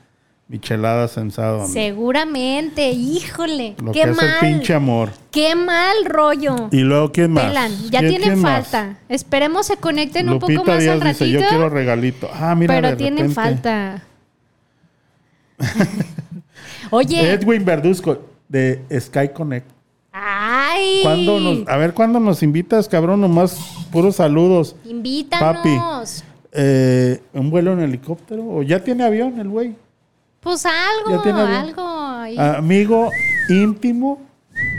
S3: micheladas en sábado.
S1: Seguramente, híjole.
S3: Lo
S1: qué
S3: que
S1: mal.
S3: es el pinche amor.
S1: Qué mal rollo.
S3: Y luego, ¿quién más?
S1: Pelan, ya
S3: ¿Quién-
S1: tienen
S3: quién más?
S1: falta. Esperemos se conecten un
S3: Lupita
S1: poco más al
S3: Díaz
S1: ratito.
S3: dice, yo quiero regalito. Ah, mira, de
S1: pero tienen
S3: repente.
S1: falta. Oye,
S3: Edwin Verduzco de Sky Connect.
S1: ay.
S3: ¿Cuándo nos, a ver, ¿cuándo nos invitas, cabrón? Nomás puros saludos.
S1: Invítanos.
S3: Eh, ¿Un vuelo en helicóptero? ¿O ya tiene avión el güey?
S1: Pues algo,
S3: Ya tiene Ah, avión.
S1: algo. ahí.
S3: Amigo íntimo.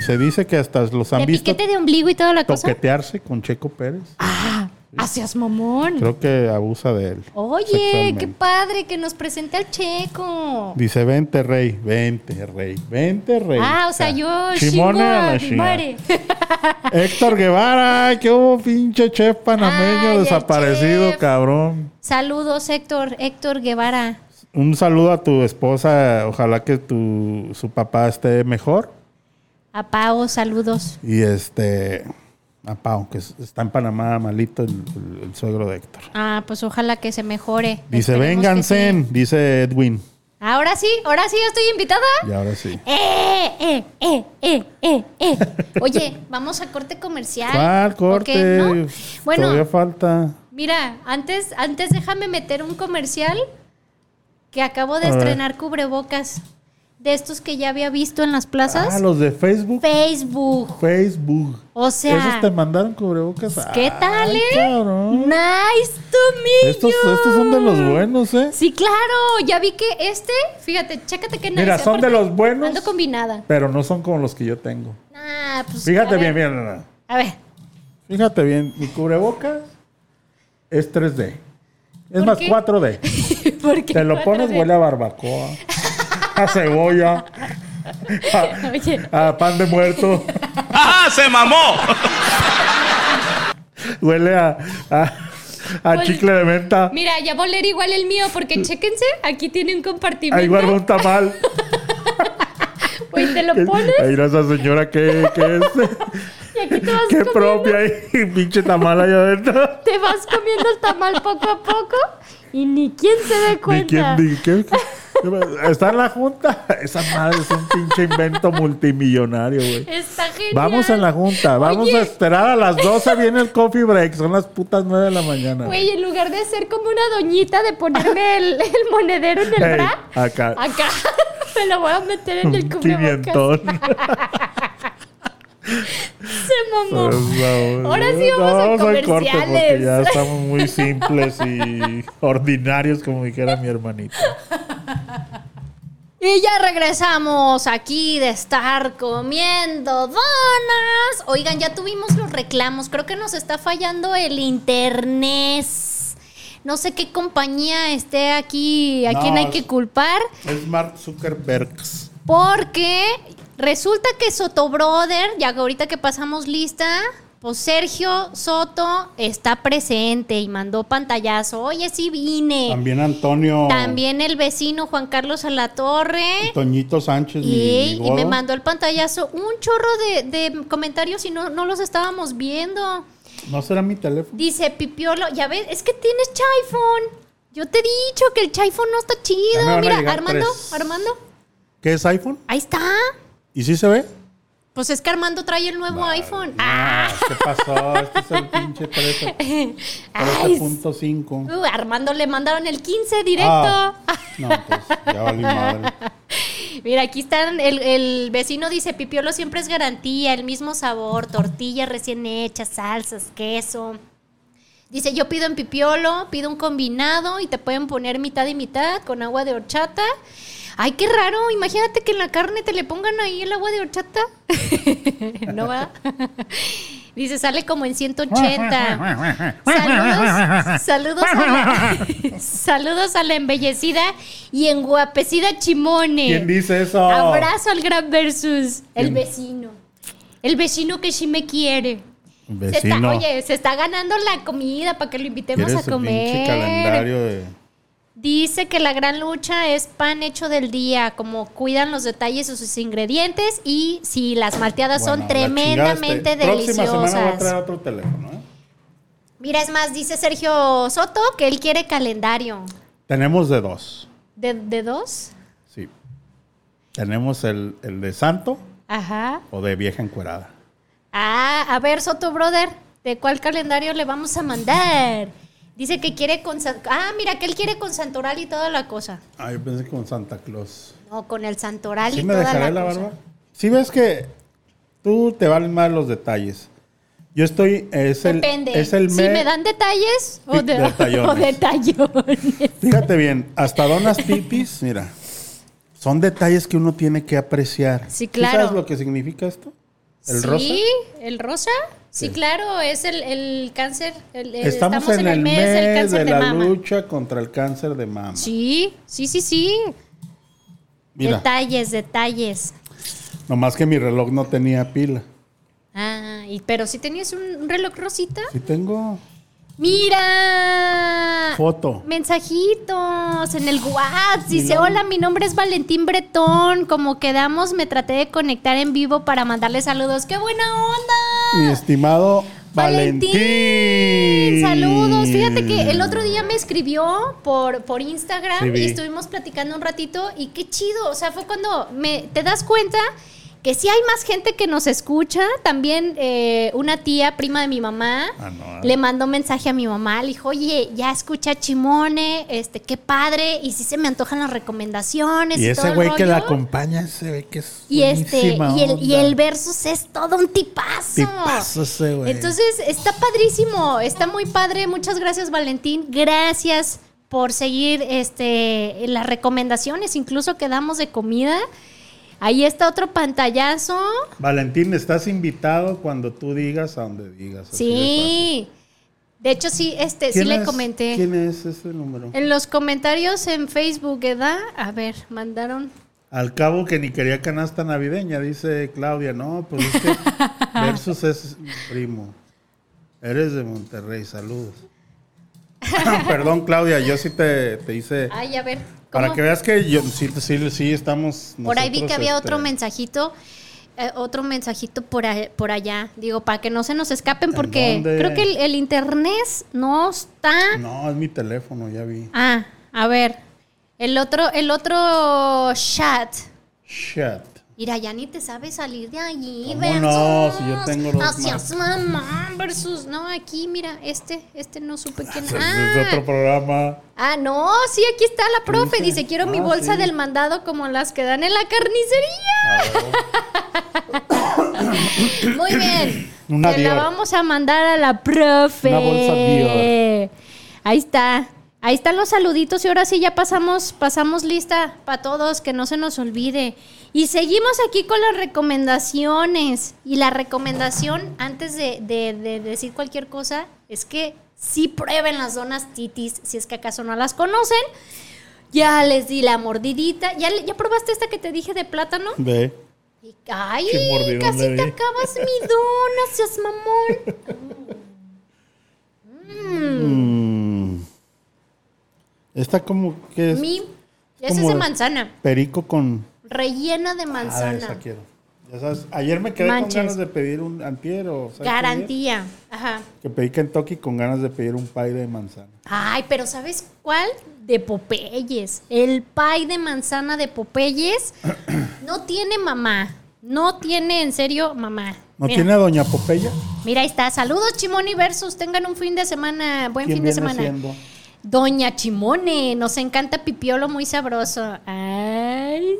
S3: Se dice que hasta los han
S1: de
S3: visto
S1: piquete de ombligo y toda la cosa.
S3: toquetearse con Checo Pérez.
S1: Ah, haces mamón.
S3: Creo que abusa de él.
S1: Oh. Oye,
S3: sexualmente.
S1: qué padre que nos presente al checo.
S3: Dice, vente rey, vente rey, vente rey.
S1: Ah, o sea, yo
S3: Chimone
S1: chingo
S3: a
S1: a
S3: la
S1: mi
S3: chingada.
S1: madre.
S3: Héctor Guevara, qué hubo pinche chef panameño
S1: Ay, el
S3: desaparecido,
S1: chef.
S3: cabrón.
S1: Saludos, Héctor, Héctor Guevara.
S3: Un saludo a tu esposa, ojalá que tu su papá esté mejor.
S1: A Pao, saludos.
S3: Y este, a Pau, que es- está en Panamá malito el, el- el suegro de Héctor.
S1: Ah, pues ojalá que se mejore.
S3: Dice,
S1: Esperemos
S3: vénganse,
S1: que sí.
S3: dice Edwin.
S1: Ahora sí, ahora sí, ya estoy invitada.
S3: Y ahora sí.
S1: Eh, eh, eh, eh, eh, eh. Oye, vamos a corte comercial.
S3: ¿Cuál
S1: ¿ok?
S3: corte?
S1: ¿No? Bueno,
S3: Todavía falta.
S1: mira, antes, antes déjame meter un comercial que acabo de
S3: A ver.
S1: estrenar cubrebocas. De estos que ya había visto en las plazas.
S3: Ah, los de Facebook.
S1: Facebook.
S3: Facebook.
S1: O sea.
S3: Esos te mandaron cubrebocas.
S1: ¿Qué
S3: Ay,
S1: tal, eh?
S3: cabrón.
S1: Nice to meet
S3: Estos,
S1: you.
S3: estos son de los buenos, ¿eh?
S1: Sí, claro. Ya vi que este, fíjate, chécate que
S3: Mira, son de los buenos.
S1: Ando combinada.
S3: Pero no son como los que yo tengo.
S1: Ah, pues,
S3: Fíjate
S1: a
S3: bien,
S1: ver,
S3: mira, mira, mira.
S1: A ver.
S3: Fíjate bien, mi cubrebocas es 3D. Es
S1: ¿Por
S3: más
S1: qué?
S3: 4D.
S1: ¿Por qué
S3: Te lo
S1: cuatro
S3: pones,
S1: de-
S3: huele a barbacoa, a cebolla, a,
S1: Oye,
S3: a pan de muerto,
S4: ¡Ajá! ¡Ah, ¡Se mamó!
S3: huele a, a- a
S1: Pues,
S3: chicle de menta.
S1: mira, ya va a oler igual el mío porque chéquense, aquí tiene un compartimento.
S3: Ahí guarda un tamal.
S1: Oye, te lo pones
S3: Ahí era esa señora que, que es.
S1: y aquí te vas,
S3: Qué
S1: comiendo,
S3: propia. Y pinche tamal allá adentro.
S1: te vas comiendo el tamal poco a poco y ni quién se dé
S3: Ni
S1: cuenta.
S3: quién, ni qué- Está en la junta. Esa madre es un pinche invento multimillonario, güey.
S1: Está genial.
S3: Vamos en la junta. Vamos
S1: Oye.
S3: a esperar a las 12. Viene el coffee break. Son las putas 9 de la mañana.
S1: Güey, en lugar de ser como una doñita de ponerme el, el monedero en el
S3: Ey,
S1: bra,
S3: acá.
S1: acá me lo voy a meter en el
S3: Un
S1: cubrebocas.
S3: quinientón.
S1: Se mamó.
S3: Por favor.
S1: Ahora sí
S3: No,
S1: vamos a
S3: al corte porque
S1: comerciales.
S3: ya estamos muy simples y ordinarios, como dijera mi hermanita.
S1: Y ya regresamos aquí de estar comiendo donas. Oigan, ya tuvimos los reclamos. Creo que nos está fallando el internet. No sé qué compañía esté aquí, a
S3: No, pues,
S1: quién hay
S3: es-
S1: que culpar.
S3: Es Mark Zuckerberg.
S1: Porque resulta que Soto Brother, ya que ahorita que pasamos lista, pues Sergio Soto está presente y mandó pantallazo. Oye, sí vine. También,
S3: También Antonio.
S1: el vecino Juan Carlos Alatorre.
S3: Toñito Sánchez. mi- mi
S1: Y, y
S3: godo.
S1: me mandó el pantallazo un chorro de, de comentarios y no, no los estábamos viendo.
S3: No será mi teléfono.
S1: Dice Pipiolo, ya ves, es que tienes Chaifón. Yo te he dicho que el Chaifón no está
S3: Ya me van
S1: chido.
S3: a
S1: Mira,
S3: llegar
S1: Armando,
S3: tres.
S1: Armando,
S3: ¿Qué es iPhone?
S1: ahí está.
S3: ¿Y sí se ve?
S1: Pues es que Armando trae el nuevo iPhone.
S3: Ah, ¿qué pasó? Este es el pinche 13,
S1: Ah,
S3: este
S1: Ay,
S3: 13.5.
S1: uh, Armando le mandaron el 15 directo.
S3: Ah, no, pues ya valí madre.
S1: Mira, aquí están. El, el vecino dice: Pipiolo siempre es garantía, el mismo sabor, tortillas recién hechas, salsas, queso. Dice: Yo pido en Pipiolo, pido un combinado y te pueden poner mitad y mitad con agua de horchata. Ay, qué raro. Imagínate que en la carne te le pongan ahí el agua de horchata. ¿No va? Dice: Sale como en 180. Saludos, saludos, a la, saludos a la embellecida y enguapecida Chimone.
S3: ¿Quién dice eso?
S1: Abrazo al gran versus. El
S3: ¿Quién?
S1: vecino. El vecino que sí me quiere. Se está-
S3: Vecino.
S1: oye, se está ganando la comida para que lo invitemos a
S3: ¿Quieres el pinche
S1: comer.
S3: calendario de...
S1: Dice que la gran lucha es pan hecho del día, como cuidan los detalles de sus ingredientes y si las malteadas
S3: Bueno,
S1: son
S3: la chingada
S1: tremendamente
S3: este- Próxima semana voy a traer
S1: deliciosas.
S3: otro teléfono, ¿eh?
S1: Mira, es más, dice Sergio Soto que él quiere calendario.
S3: Tenemos de dos,
S1: ¿De, de dos?
S3: sí. Tenemos el, el de santo
S1: Ajá.
S3: o de vieja encuerada.
S1: Ah, a ver, Soto Brother, ¿de cuál calendario le vamos a mandar? Dice que quiere con... San- Ah, mira, que él quiere con Santoral y toda la cosa.
S3: Ah, yo pensé con Santa Claus.
S1: No, con el Santoral
S3: ¿Sí
S1: y
S3: me
S1: toda la,
S3: dejaré la
S1: cosa.
S3: barba? Si ves que tú te valen más los detalles. Yo estoy, es el,
S1: Depende.
S3: es el
S1: si
S3: mes-
S1: me dan detalles o,
S3: Sí,
S1: de,
S3: detallones.
S1: o detallones.
S3: Fíjate bien, hasta donas tipis, mira, son detalles que uno tiene que apreciar.
S1: Sí,
S3: ¿Tú
S1: claro.
S3: ¿Sabes lo que significa esto? El
S1: sí, eh,
S3: rosa.
S1: el rosa. Sí, claro, es el, el cáncer. el- el-
S3: Estamos, en, el mes,
S1: del cáncer
S3: de,
S1: de,
S3: la
S1: mama.
S3: lucha contra el cáncer de mama.
S1: Sí, sí, sí, sí.
S3: Mira,
S1: Detalles, detalles.
S3: nomás que mi reloj no tenía pila.
S1: Ah, y, pero si tenías un, un reloj rosita.
S3: Sí tengo
S1: Mira.
S3: foto.
S1: Mensajitos en el WhatsApp.
S3: Mi
S1: Dice,
S3: nombre.
S1: hola, mi nombre es Valentín Bretón. Como quedamos, me traté de conectar en vivo para mandarle saludos. ¡Qué buena onda!
S3: Mi estimado Valentín.
S1: Saludos. Fíjate que el otro día me escribió por, por Instagram
S3: Sí, vi.
S1: y estuvimos platicando un ratito y qué chido. O sea, fue cuando me, te das cuenta que sí hay más gente que nos escucha. También eh, una tía, prima de mi mamá,
S3: Ah, no, ah.
S1: le mandó mensaje a mi mamá. Le dijo, oye, ya escucha Chimone, este, qué padre. Y sí se me antojan las recomendaciones. Pues Y,
S3: Y
S1: todo
S3: ese
S1: el
S3: güey que
S1: rollo.
S3: la acompaña, ese güey que es.
S1: Y este,
S3: buenísima
S1: y el, y
S3: onda.
S1: el Versus es todo un tipazo.
S3: Tipazo ese güey.
S1: Entonces, está padrísimo, está muy padre. Muchas gracias, Valentín. Gracias por seguir este, las recomendaciones, incluso que damos de comida. Ahí está otro pantallazo.
S3: Valentín, estás invitado cuando tú digas a donde digas. así de
S1: Sí. De hecho, sí, este, sí
S3: fácil. ¿Quién
S1: le
S3: es-
S1: comenté.
S3: ¿Quién es ese número?
S1: En los comentarios en Facebook, ¿verdad? A ver, mandaron.
S3: Al cabo que ni quería canasta navideña, dice Claudia. No, pues es que Versus es primo. Eres de Monterrey, saludos. Ah, Perdón, Claudia, yo sí te, te hice.
S1: Ay, a ver. ¿cómo?
S3: Para que veas que yo, sí, sí, sí estamos.
S1: Por ahí vi que
S3: nosotros,
S1: había
S3: este,
S1: otro mensajito, eh, otro mensajito por, a- por allá. Digo, para que no se nos escapen,
S3: ¿En
S1: porque
S3: dónde?
S1: creo que el, el internet no está.
S3: No, es mi teléfono, ya vi.
S1: Ah, a ver. El otro, el otro chat.
S3: Shit.
S1: Mira, ya ni te sabes salir de allí,
S3: ¿Cómo
S1: versus.
S3: no? Si yo tengo los
S1: Hacia
S3: más.
S1: su mamá versus. No, aquí, mira, este, este no supe quién.
S3: Es, es
S1: Ah,
S3: otro programa.
S1: ah, no, sí, aquí está la profe.
S3: Dije,
S1: Dice, quiero mi
S3: ah,
S1: bolsa
S3: sí. Ah,
S1: del mandado como las que dan en la carnicería.
S3: A ver.
S1: Muy bien.
S3: Una
S1: Te la
S3: Dior.
S1: vamos a mandar a la profe.
S3: Una bolsa Dior.
S1: Ahí está. Ahí están los saluditos y ahora sí ya pasamos, pasamos lista para todos, que no se nos olvide. Y seguimos aquí con las recomendaciones. Y la recomendación, antes de, de- de decir cualquier cosa, es que sí prueben las donas titis, si es que acaso no las conocen. Ya les di la mordidita. ¿Ya, le- ya probaste esta que te dije de plátano?
S3: Ve.
S1: Y- Ay,
S3: Qué mordidón
S1: casi
S3: le
S1: te
S3: di.
S1: acabas mi dona, seas mamón.
S3: Mm. Está como que es
S1: Mi, esa es
S3: como
S1: de
S3: de-
S1: manzana,
S3: perico con.
S1: rellena de
S3: Ah,
S1: manzana.
S3: esa quiero. Ya sabes, ayer me quedé
S1: Manches.
S3: con ganas de pedir un antier o. ¿sabes qué ayer?
S1: Garantía. Ajá.
S3: Que pedí Kentucky con ganas de pedir un pie de manzana.
S1: Ay, pero ¿sabes cuál? De Popeyes. El pie de manzana de Popeyes no tiene mamá. No tiene, en serio, mamá.
S3: ¿No
S1: mira,
S3: tiene a Doña Popeya?
S1: mira, ahí está. Saludos, Chimoni Versus. Tengan un fin de semana, buen
S3: ¿Quién
S1: fin de
S3: viene
S1: semana.
S3: siendo?
S1: Doña Chimone, nos encanta pipiolo muy sabroso. Ay.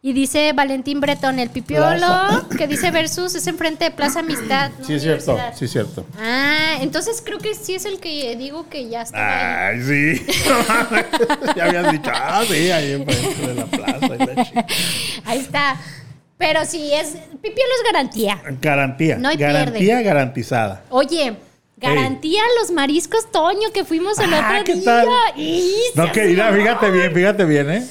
S1: Y dice Valentín Bretón, el pipiolo
S3: Plaza.
S1: que dice versus es enfrente de Plaza Amistad. no
S3: Sí, es cierto.
S1: Universidad.
S3: Sí, es cierto.
S1: Ah, entonces creo que sí es el que digo que ya está. ahí.
S3: Ay, sí. ya habías dicho, ah, sí, ahí enfrente de la plaza. y la chica.
S1: Ahí está. Pero sí, es pipiolo es garantía.
S3: Garantía.
S1: No hay
S3: garantía garantizada.
S1: Oye, garantía los mariscos Toño que fuimos el
S3: Ah,
S1: otro
S3: ¿qué
S1: día.
S3: tal?
S1: Y
S3: No
S1: se
S3: quería,
S1: mamó.
S3: fíjate bien, fíjate bien, ¿eh?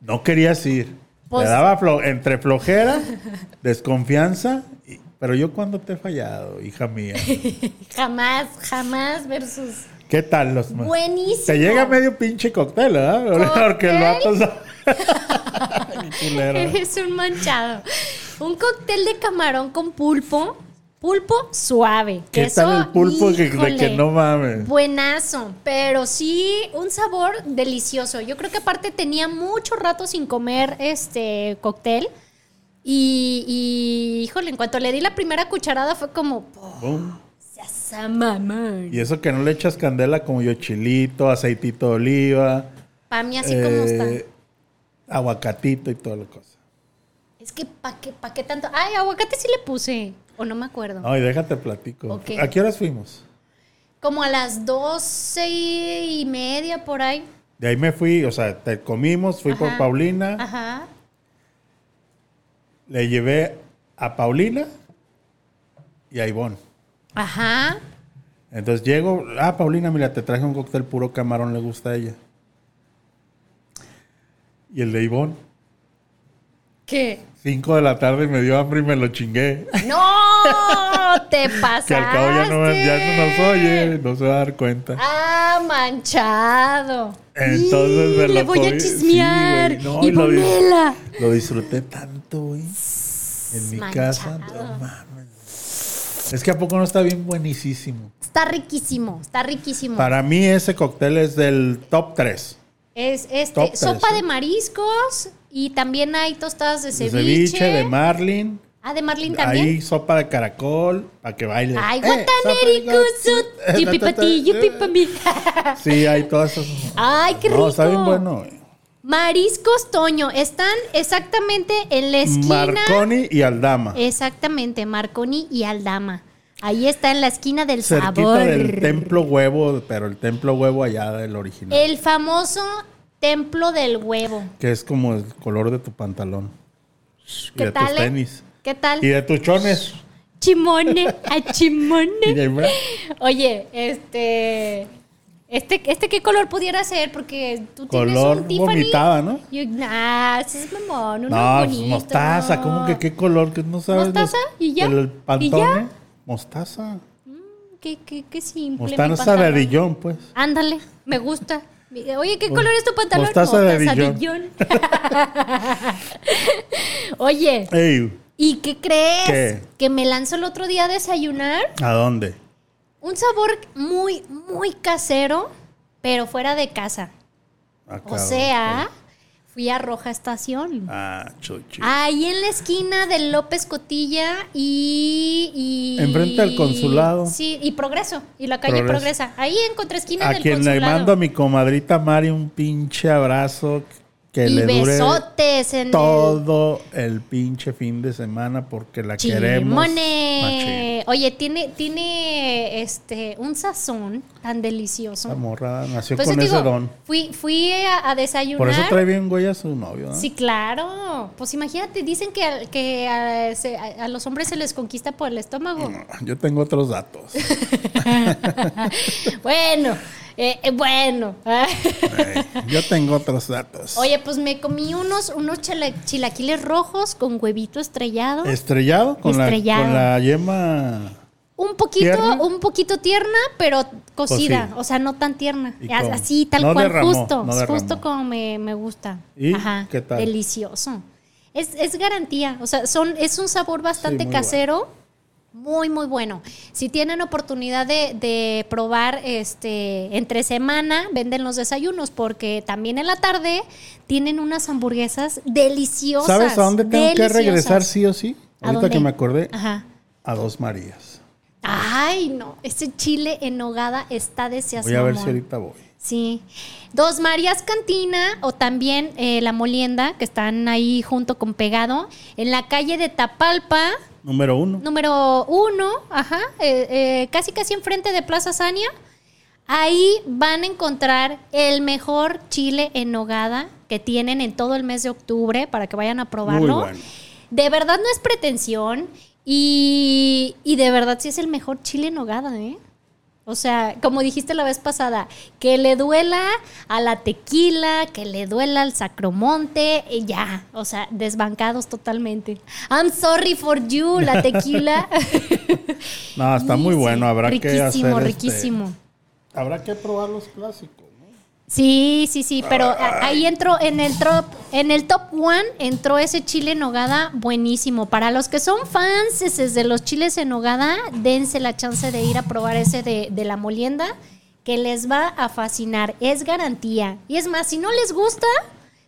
S3: No querías ir.
S1: Pues-
S3: Te daba flo- entre flojera, desconfianza, y- pero yo cuando te he fallado, hija mía.
S1: Jamás, jamás versus.
S3: ¿Qué tal los ma-
S1: Buenísimo.
S3: Te llega medio pinche cóctel, ¿verdad? Porque el vato
S1: Cóctel.
S3: sabe- Qué culero.
S1: Eres un manchado. Un cóctel de camarón con pulpo. Pulpo suave.
S3: ¿Qué
S1: Queso,
S3: tal el pulpo que- de
S1: híjole,
S3: que no mames?
S1: Buenazo, pero sí un sabor delicioso. Yo creo que aparte tenía mucho rato sin comer este cóctel. Y, y, híjole, en cuanto le di la primera cucharada fue como, "Pues, "Po,
S3: Bum.
S1: seas a mamón".
S3: Y eso que no le echas candela como yo chilito, aceitito de oliva,
S1: Pa' mí así como está.
S3: eh, aguacatito y toda la cosa.
S1: Es que pa' qué, pa' qué tanto. Ay, aguacate sí le puse. O no me acuerdo.
S3: No, y déjate platico.
S1: Ok.
S3: ¿A qué horas fuimos?
S1: Como a las doce y media por ahí.
S3: De ahí me fui, o sea, te comimos, fui por
S1: Ajá. Ah.
S3: Paulina,
S1: Ajá.
S3: le llevé a Paulina y a Ivonne.
S1: Ajá.
S3: Entonces llego, ah, Paulina, mira, te traje un cóctel puro camarón, le gusta a ella. Y el de Ivonne,
S1: ¿Qué?
S3: 5 de la tarde me dio hambre y me lo chingué.
S1: ¡No! Te pasaste.
S3: Que al cabo ya no, me- ya no nos oye, no se va a dar cuenta.
S1: Ah, manchado.
S3: Entonces
S1: Y
S3: me lo
S1: le voy a
S3: comí.
S1: chismear.
S3: Sí, güey, no,
S1: y
S3: y lo dis-
S1: ponela.
S3: Lo disfruté tanto, güey. En mi casa.
S1: manchado.
S3: no mames. Es que a poco no está bien buenísimo.
S1: Está riquísimo, está riquísimo.
S3: Para mí ese cóctel es del top 3.
S1: es este
S3: Top tres,
S1: sopa
S3: ¿eh?
S1: de mariscos y también hay tostadas de ceviche.
S3: Ceviche, de marlin.
S1: Ah, de Marlin también.
S3: Ahí sopa de caracol para que baile.
S1: Ay,
S3: Eh,
S1: guatanericusu, yupipati, yupipami.
S3: Sí, hay todas esas.
S1: Ay, qué rico.
S3: No, está bien bueno. eh. güey.
S1: Mariscos Toño, están exactamente en la esquina.
S3: Marconi y Aldama.
S1: Exactamente, Marconi y Aldama. Ahí está en la esquina del
S3: cerquita
S1: sabor.
S3: del templo huevo, pero el templo huevo allá del original.
S1: El famoso templo del huevo.
S3: Que es como el color de tu pantalón. Y
S1: ¿Qué
S3: de
S1: tal?
S3: tus
S1: eh?
S3: tenis.
S1: ¿Qué tal?
S3: Y de tus chones.
S1: Chimone, a
S3: Y
S1: chimone.
S3: de-
S1: Oye, este, este, este qué color pudiera ser porque tú tienes
S3: color
S1: un Tiffany.
S3: vomitada, ¿no?
S1: Y- nah, ese es mamón, uno
S3: No, pues,
S1: bonito.
S3: mostaza, ¿cómo que qué color? Que no sabes. los-
S1: ¿Mostaza? ¿Y ya?
S3: El
S1: ¿Y
S3: pantone. Mostaza.
S1: Qué, qué- qué simple. mi
S3: Mostaza de
S1: pantalón.
S3: Arillón, pues.
S1: Ándale, me gusta. eh, Oye, ¿qué
S3: Mo-
S1: color es tu pantalón?
S3: mostaza de
S1: Mostaza Dijon. Oye,
S3: Ey,
S1: ¿y qué crees?
S3: ¿Qué?
S1: Que me lanzó el otro día a desayunar
S3: ¿a dónde?
S1: un sabor muy, muy casero, pero fuera de casa.
S3: Ah,
S1: O
S3: cabrón.
S1: sea, fui a Roja Estación.
S3: Ah, chuchi.
S1: Ahí en la esquina de López Cotilla y. y-
S3: Enfrente al consulado.
S1: Sí, y Progreso. Y la calle
S3: Progreso.
S1: Progresa. Ahí encontré esquina
S3: a
S1: del
S3: quien
S1: consulado.
S3: le mando a mi comadrita Mari un pinche abrazo que
S1: y
S3: le dure
S1: besotes en el
S3: todo el pinche fin de semana porque la queremos. machín.
S1: chimone. Oye, tiene, tiene este un sazón tan delicioso.
S3: Esa morra nació
S1: Por eso Pues
S3: con
S1: te
S3: ese
S1: digo,
S3: don.
S1: fui, fui a, a desayunar.
S3: Por eso trae bien güey a su novio, ¿no?
S1: Sí, claro. Pues imagínate, dicen que, al- que a, se- a- a los hombres se les conquista por el estómago.
S3: Yo tengo otros datos.
S1: bueno, eh, eh, bueno.
S3: Ey, Yo tengo otros datos.
S1: Oye, pues me comí unos, unos chila- chilaquiles rojos con huevito estrellado.
S3: Estrellado con,
S1: Estrellado.
S3: La, con la yema.
S1: un poquito,
S3: ¿tierna?
S1: un poquito tierna, pero cocida.
S3: Cocida.
S1: O sea, no tan tierna.
S3: ¿Y
S1: A-
S3: cómo?
S1: Así, tal
S3: No
S1: cual,
S3: derramó,
S1: justo.
S3: no derramó.
S1: justo como me, me gusta.
S3: ¿Y qué tal?
S1: Delicioso. Es, es garantía. O sea, son, es un sabor bastante
S3: muy bueno.
S1: casero. Muy, muy bueno. Si tienen oportunidad de, de probar este entre semana, venden los desayunos, porque también en la tarde tienen unas hamburguesas deliciosas.
S3: ¿Sabes a dónde tengo que
S1: deliciosas.
S3: regresar sí o sí?
S1: ¿A
S3: Ahorita
S1: dónde? Ah.
S3: que me acordé,
S1: Ajá.
S3: a Dos Marías.
S1: Ay, no, ese chile en nogada está deseado.
S3: Voy a ver si ahorita voy.
S1: Sí. Dos Marías Cantina o también eh, La Molienda, que están ahí junto con Pegado, en la calle de Tapalpa,
S3: Número uno.
S1: número uno, ajá, eh, eh, casi casi enfrente de Plaza Sania. Ahí van a encontrar el mejor chile en nogada que tienen en todo el mes de octubre para que vayan a probarlo.
S3: bueno.
S1: De verdad no es pretensión y, y de verdad sí es el mejor chile en nogada, ¿eh? O sea, como dijiste la vez pasada, que le duela a la tequila, que le duela al sacromonte, y ya, o sea, desbancados totalmente. I'm sorry for you, la tequila.
S3: No, está muy
S1: Sí,
S3: bueno. Habrá que
S1: riquísimo,
S3: hacer. este-
S1: riquísimo.
S3: habrá que probar los clásicos. ¿no?
S1: Sí, sí, sí, pero a- ahí entró en el top, en el top one entró ese chile en nogada buenísimo. Para los que son fans de los chiles en nogada, dense la chance de ir a probar ese de, de la molienda, que les va a fascinar, es garantía. Y es más, si no les gusta,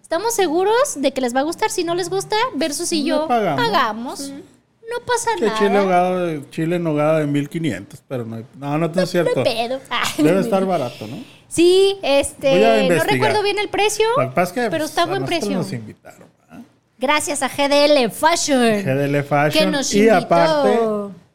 S1: estamos seguros de que les va a gustar. Si no les gusta, versus y
S3: No
S1: yo pagamos,
S3: pagamos.
S1: no pasa
S3: Que
S1: nada.
S3: chile ahogado de- chile en nogada de 1500, pero no, hay- no, no, no es
S1: No hay
S3: cierto.
S1: pedo. Ah,
S3: Debe estar barato, ¿no?
S1: Sí,
S3: Voy a
S1: este, no
S3: investigar.
S1: recuerdo bien el precio,
S3: Lo que pasa es que,
S1: pero
S3: pues,
S1: está a
S3: a
S1: buen
S3: nosotros
S1: precio.
S3: Nos invitaron. ¿ah?
S1: Gracias a GDL Fashion.
S3: GDL Fashion.
S1: nos
S3: y
S1: invitó.
S3: aparte,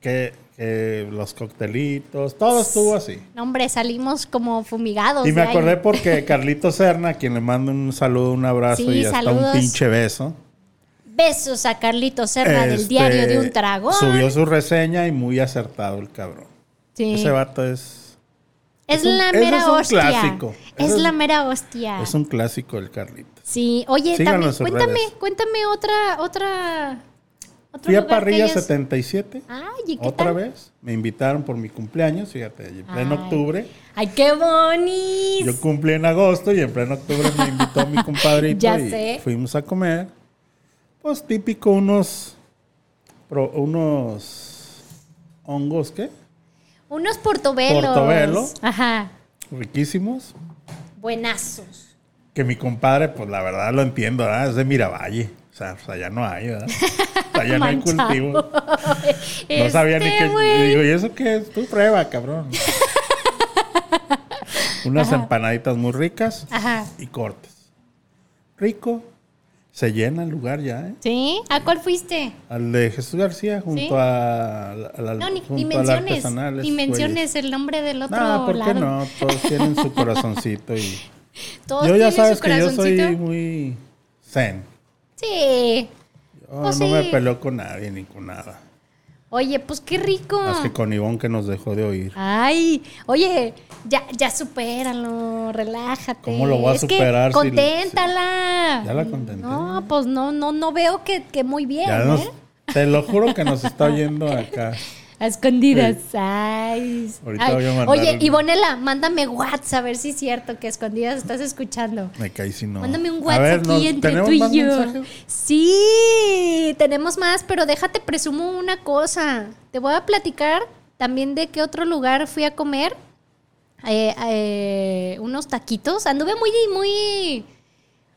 S3: que, que los coctelitos, todo estuvo así.
S1: No, hombre, salimos como fumigados.
S3: Y me
S1: de ahí.
S3: acordé porque Carlito Serna, a quien le mando un saludo, un abrazo
S1: Sí,
S3: y hasta
S1: saludos.
S3: un pinche beso.
S1: Besos a Carlito Serna del
S3: este,
S1: diario de un dragón.
S3: Subió su reseña y muy acertado el cabrón.
S1: Sí.
S3: Ese vato es,
S1: Es
S3: es un-
S1: la
S3: ese
S1: mera
S3: es un
S1: hostia.
S3: clásico.
S1: Es
S3: Ese es-
S1: la mera hostia.
S3: es un clásico el Carlito.
S1: Sí, oye,
S3: Síganlo
S1: también,
S3: en sus
S1: cuéntame,
S3: redes.
S1: cuéntame otra, otra. otro
S3: Fui a
S1: lugar que
S3: Parrilla
S1: hayas-
S3: 77.
S1: Ay, ¿y qué
S3: Otra
S1: tal?
S3: vez. Me invitaron por mi cumpleaños, fíjate, en pleno
S1: Ay.
S3: octubre.
S1: Ay, qué bonis.
S3: Yo cumplí en agosto y en pleno octubre me invitó mi compadrito
S1: Ya
S3: y
S1: sé.
S3: fuimos a comer. Pues típico unos pro- unos hongos, ¿qué?
S1: Unos portobelos.
S3: Portobelo.
S1: Ajá.
S3: Riquísimos.
S1: Buenazos.
S3: Que mi compadre, pues la verdad lo entiendo, ¿verdad? Es de Miravalle. O sea, pues, allá no hay, ¿verdad? Allá no hay
S1: Manchado.
S3: cultivo. No
S1: Este
S3: sabía ni qué.
S1: güey.
S3: Digo, ¿y eso qué es? Tú prueba, cabrón. Unas empanaditas muy ricas
S1: Ajá.
S3: y cortes. Rico. Se llena el lugar ya, ¿eh?
S1: ¿Sí? ¿A cuál fuiste?
S3: Al de Jesús García junto
S1: ¿Sí?
S3: a, la- a la-
S1: No, ni,
S3: junto
S1: ni
S3: al
S1: menciones.
S3: artesanal,
S1: Ni
S3: esos
S1: menciones el nombre del
S3: güeyes.
S1: otro
S3: No, ¿por qué
S1: lado.
S3: no? Todos tienen su corazoncito y...
S1: Todos
S3: yo ya
S1: tienen
S3: sabes
S1: su
S3: que yo soy
S1: corazoncito.
S3: muy zen.
S1: Sí.
S3: Yo
S1: Pues
S3: no
S1: sí.
S3: me peleo con nadie ni con nada.
S1: Oye, pues qué rico.
S3: Más que con Ivonne que nos dejó de oír.
S1: Ay, oye, ya, ya supéralo, relájate.
S3: ¿Cómo lo voy a
S1: Es que
S3: superar si-
S1: conténtala.
S3: si- Ya la contenté.
S1: No, pues no, no, no veo que, que muy bien,
S3: Ya
S1: ¿eh?
S3: nos- te lo juro que nos está oyendo acá.
S1: A escondidas. Ay.
S3: Ahorita
S1: Ay.
S3: voy a mandar
S1: Oye,
S3: un-
S1: Ivonela, mándame WhatsApp a ver si es cierto que a escondidas estás escuchando.
S3: Me caí si no.
S1: Mándame un
S3: A
S1: WhatsApp
S3: ver,
S1: aquí
S3: ¿nos-
S1: entre
S3: ¿tenemos
S1: tú y yo.
S3: más mensajes?
S1: Sí, tenemos más, pero déjate presumo una cosa. Te voy a platicar también de qué otro lugar fui a comer eh, eh, unos taquitos. Anduve muy, muy,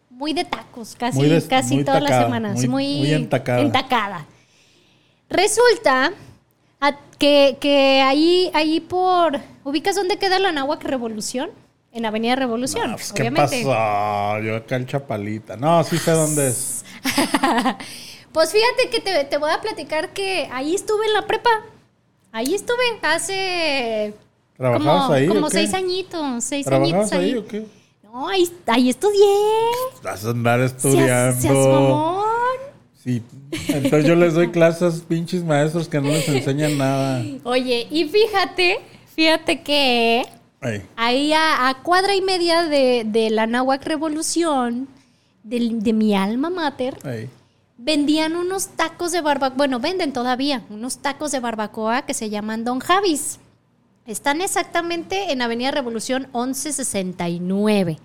S1: muy de tacos, casi,
S3: Muy des-
S1: casi
S3: muy
S1: todas las
S3: tacada,
S1: semanas. Muy,
S3: muy- muy entacada.
S1: entacada. Resulta a- que, que ahí, ahí por. ¿Ubicas dónde queda la Nahuac Revolución? En Avenida Revolución,
S3: Ah, pues, ¿Qué
S1: obviamente.
S3: pasó? Yo acá el Chapalita. No, sí sé dónde es.
S1: Pues fíjate que te, te voy a platicar que ahí estuve en la prepa. Ahí estuve hace.
S3: ¿Trabajabas
S1: como,
S3: ahí o
S1: Como
S3: qué?
S1: seis añitos, seis añitos
S3: ¿Trabajabas
S1: ahí.
S3: ahí o qué? Pues,
S1: No, ahí, ahí estudié.
S3: Vas a andar
S1: Seas, seas
S3: estudiando.
S1: mamón.
S3: Sí. Entonces yo les doy clases a pinches maestros que no les enseñan nada.
S1: Oye, y fíjate, fíjate que
S3: Ey,
S1: ahí a, a cuadra y media de, de la Nahuac Revolución, del- de mi alma mater,
S3: ey.
S1: vendían unos tacos de barbacoa, bueno, venden todavía unos tacos de barbacoa que se llaman Don Javis. Están exactamente en Avenida Revolución 1169.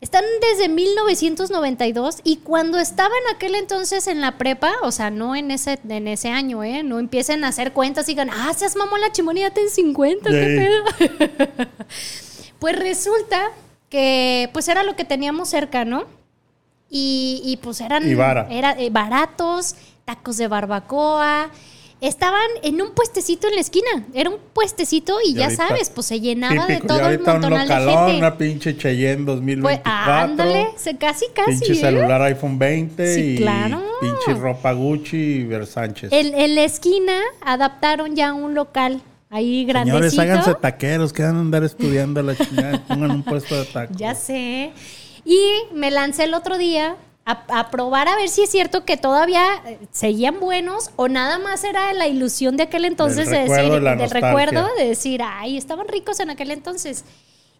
S1: Están desde 1992 y cuando estaba en aquel entonces en la prepa, o sea, no en ese, en ese año, ¿eh? No empiecen a hacer cuentas y digan, ah, seas mamón la chimonía, ten 50, qué
S3: Yay.
S1: pedo. Pues resulta que pues era lo que teníamos cerca, ¿no? Y, y, pues eran
S3: Y vara.
S1: era, eh, baratos, tacos de barbacoa. Estaban en un puestecito en la esquina. Era un puestecito y,
S3: Y
S1: ya
S3: ahorita-
S1: sabes, pues se llenaba
S3: Típico.
S1: de
S3: y
S1: todo el
S3: ahorita un
S1: montonal de
S3: localón,
S1: gente.
S3: una pinche Cheyenne 2024.
S1: Pues ándale, se casi casi.
S3: Pinche
S1: ¿eh?
S3: celular iPhone 20
S1: Sí,
S3: y
S1: claro.
S3: pinche ropa Gucci y Versánchez.
S1: En, en la esquina adaptaron ya un local ahí grandecito.
S3: Señores, háganse taqueros, que van a andar estudiando a la chingada, pongan un puesto de tacos.
S1: Ya sé. Y me lancé el otro día a, a probar a ver si es cierto que todavía eh, seguían buenos o nada más era la ilusión de aquel entonces de
S3: recuerdo,
S1: decir,
S3: la
S1: del
S3: nostalgia.
S1: recuerdo, de decir, ay, estaban ricos en aquel entonces.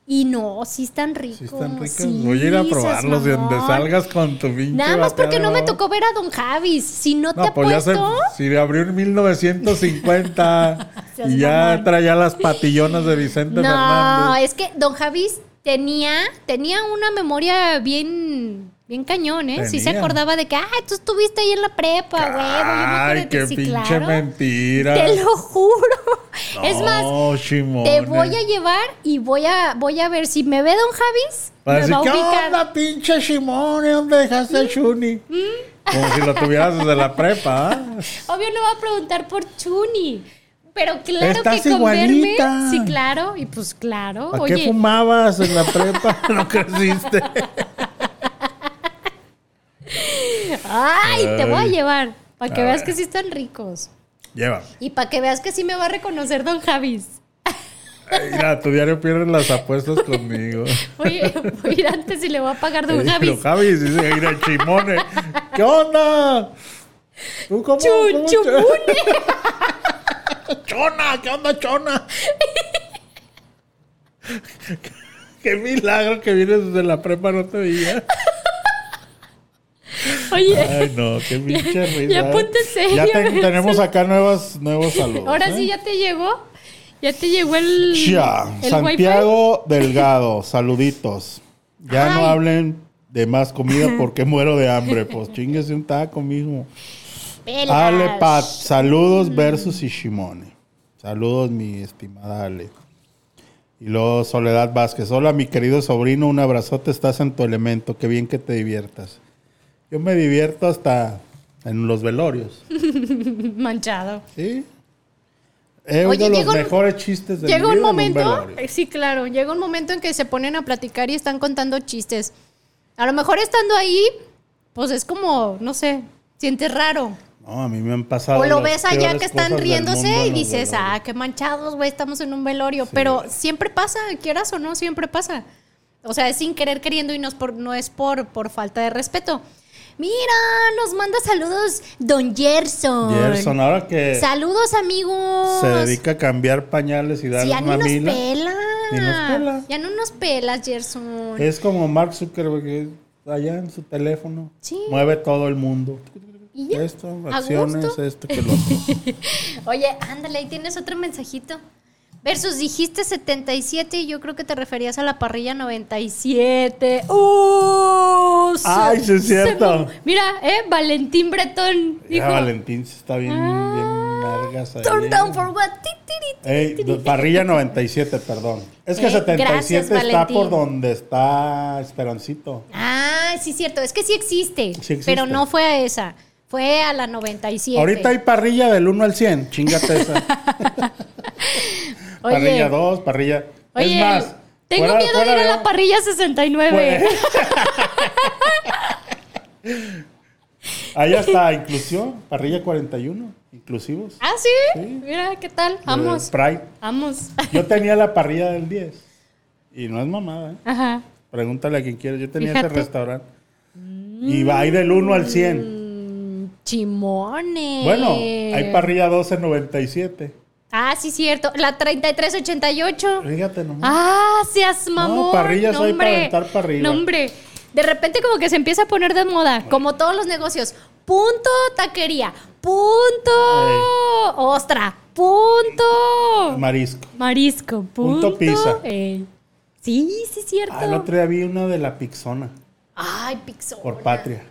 S1: Y no, sí están ricos.
S3: Si están ricas,
S1: sí,
S3: voy a ir a
S1: seas
S3: probarlos y donde
S1: mamón.
S3: salgas con tu pinche.
S1: Nada más
S3: batea
S1: porque
S3: de
S1: no me
S3: baba.
S1: tocó ver a Don Javis. Si no, te
S3: No, pues ya se,
S1: apuesto.
S3: si abrió en 1950
S1: Seas
S3: y ya
S1: mamón.
S3: traía las patillonas de Vicente
S1: No,
S3: Fernández.
S1: es que Don Javis tenía, tenía una memoria bien, bien cañón, ¿eh? Sí se
S3: Tenía.
S1: acordaba de que, ay, tú estuviste ahí en la prepa, huevo. yo me acuerdo de
S3: Ay,
S1: ti".
S3: qué
S1: Sí,
S3: pinche
S1: claro.
S3: mentira.
S1: Te lo juro. es más,
S3: No,
S1: te
S3: Shimone.
S1: voy a llevar y voy a, voy a ver si me ve Don Javis,
S3: Va a
S1: me
S3: decir,
S1: va a
S3: ¿qué
S1: ubicar. ¿Mm?
S3: onda, pinche Shimone? ¿Dónde dejaste a Shuni? Como si lo tuvieras desde la prepa, ¿ah?
S1: Obvio no va a preguntar por Chuni. Pero claro
S3: Estás
S1: que con verme.
S3: igualita.
S1: Sí, claro. Y pues claro.
S3: ¿Para
S1: oye.
S3: qué fumabas en la prepa? No creciste.
S1: Ay, te voy a
S3: Ay.
S1: llevar. Para que
S3: A
S1: veas
S3: ver.
S1: que sí están ricos.
S3: Lleva.
S1: Y para que veas que sí me va a reconocer Don Javis.
S3: Ay, Mira, tu diario pierdes las apuestas conmigo.
S1: Voy, voy a ir antes y le voy a pagar Don
S3: Pero
S1: Javis.
S3: Javis dice, mira, Chimone. ¿Qué onda? ¿Tú cómo?
S1: Chun,
S3: cómo ch-
S1: chumune.
S3: ¡Chona! ¿Qué onda, Chona? ¡Qué milagro que vienes desde la prepa! No te veía.
S1: Oye,
S3: Ay, no, qué pinche risa. ¿eh?
S1: ya ponte serio,
S3: Ya te-
S1: güey.
S3: tenemos acá nuevas, nuevos saludos.
S1: ahora
S3: ¿eh?
S1: sí ya te llegó. Ya te llegó el.
S3: Chia,
S1: el
S3: Santiago Delgado, saluditos. Ya no
S1: Ay.
S3: hablen de más comida porque muero de hambre. Pues chinguese un taco, mijo.
S1: wifi. Pelas.
S3: Ale Pat, saludos versus Ishimone. Saludos, mi estimada Ale. Y luego Soledad Vázquez. Hola, mi querido sobrino, un abrazote, estás en tu elemento. Qué bien que te diviertas. Yo me divierto hasta en los velorios.
S1: Manchado.
S3: ¿Sí? He
S1: Oye,
S3: oído
S1: llega
S3: los
S1: un-
S3: mejores chistes de mi
S1: Llega un
S3: vida en
S1: momento.
S3: velorio.
S1: eh, sí, claro. Llega un momento en que se ponen a platicar y están contando chistes. A lo mejor estando ahí, pues es como, no sé, sientes raro.
S3: No, a mí me han pasado.
S1: O lo
S3: las
S1: ves allá
S3: peores
S1: que
S3: cosas
S1: están
S3: del
S1: riéndose
S3: mundo
S1: y
S3: en los
S1: dices,
S3: velorios.
S1: ah, qué manchados, güey, estamos en un velorio. Pero siempre pasa, quieras o no, siempre pasa. O sea, es sin querer queriendo y no es por, no es por, por falta de respeto. Mira, nos manda saludos Don Gerson.
S3: Gerson, ahora que
S1: Saludos, amigos.
S3: se dedica a cambiar pañales y
S1: Sí,
S3: darle
S1: ya
S3: una
S1: ni nos
S3: mila,
S1: pela.
S3: Ni nos pela.
S1: Ya no nos pelas, Gerson.
S3: Es como Mark Zuckerberg que allá en su teléfono.
S1: Sí.
S3: Mueve todo el mundo.
S1: ¿Y ya?
S3: Esto,
S1: ¿A
S3: acciones,
S1: gusto?
S3: esto que lo otro.
S1: Oye, ándale, ahí tienes otro mensajito. Versus, dijiste 77 y yo creo que te referías a la parrilla 97. ¡Uh! Se-
S3: Ay, sí es
S1: se
S3: cierto.
S1: mo- Mira, eh, Valentín Bretón.
S3: Ya
S1: Dijo, "Ah,
S3: Valentín sí está bien, bien Margas ahí. ¿eh?
S1: Turn down for what? Ti, tiri, ti.
S3: Ey, de- parrilla 97, perdón. Es que
S1: Ey,
S3: 77
S1: gracias,
S3: está
S1: Eh, Valentín.
S3: por donde está Esperancito.
S1: Ah, sí, cierto. Es que sí existe,
S3: Sí existe.
S1: Pero no fue a esa. Fue a la 97.
S3: Ahorita hay parrilla del 1 al 100. Chingate esa.
S1: Oye,
S3: parrilla 2, parrilla.
S1: Oye,
S3: es más,
S1: tengo
S3: fuera-
S1: miedo
S3: fuera
S1: de ir a
S3: de-
S1: la parrilla 69.
S3: Ahí está inclusión, parrilla 41, inclusivos.
S1: Ah, ¿sí?
S3: Sí.
S1: Mira, ¿qué tal?
S3: de
S1: Vamos.
S3: Pride.
S1: Vamos.
S3: Yo tenía la parrilla del 10. Y no es mamada, ¿eh?
S1: Ajá.
S3: Pregúntale a quien quiera. Yo tenía ese
S1: Fíjate.
S3: restaurante. Y va ahí del 1 al 100.
S1: Mm, Chimones.
S3: Bueno, hay parrilla 12, 97.
S1: Ah, sí, cierto. La 3388.
S3: Fíjate nomás.
S1: Ah, seas mamón.
S3: No, parrillas
S1: no,
S3: hay para
S1: hombre.
S3: aventar para arriba.
S1: No, hombre. De repente como que se empieza a poner de moda, como todos los negocios. Punto taquería, punto
S3: Ey.
S1: ostra, punto
S3: Marisco.
S1: marisco, punto,
S3: pizza.
S1: Ey. Sí, sí cierto.
S3: Ah, el otro día vi una de la Pixona,
S1: Ay, Pixona.
S3: por patria.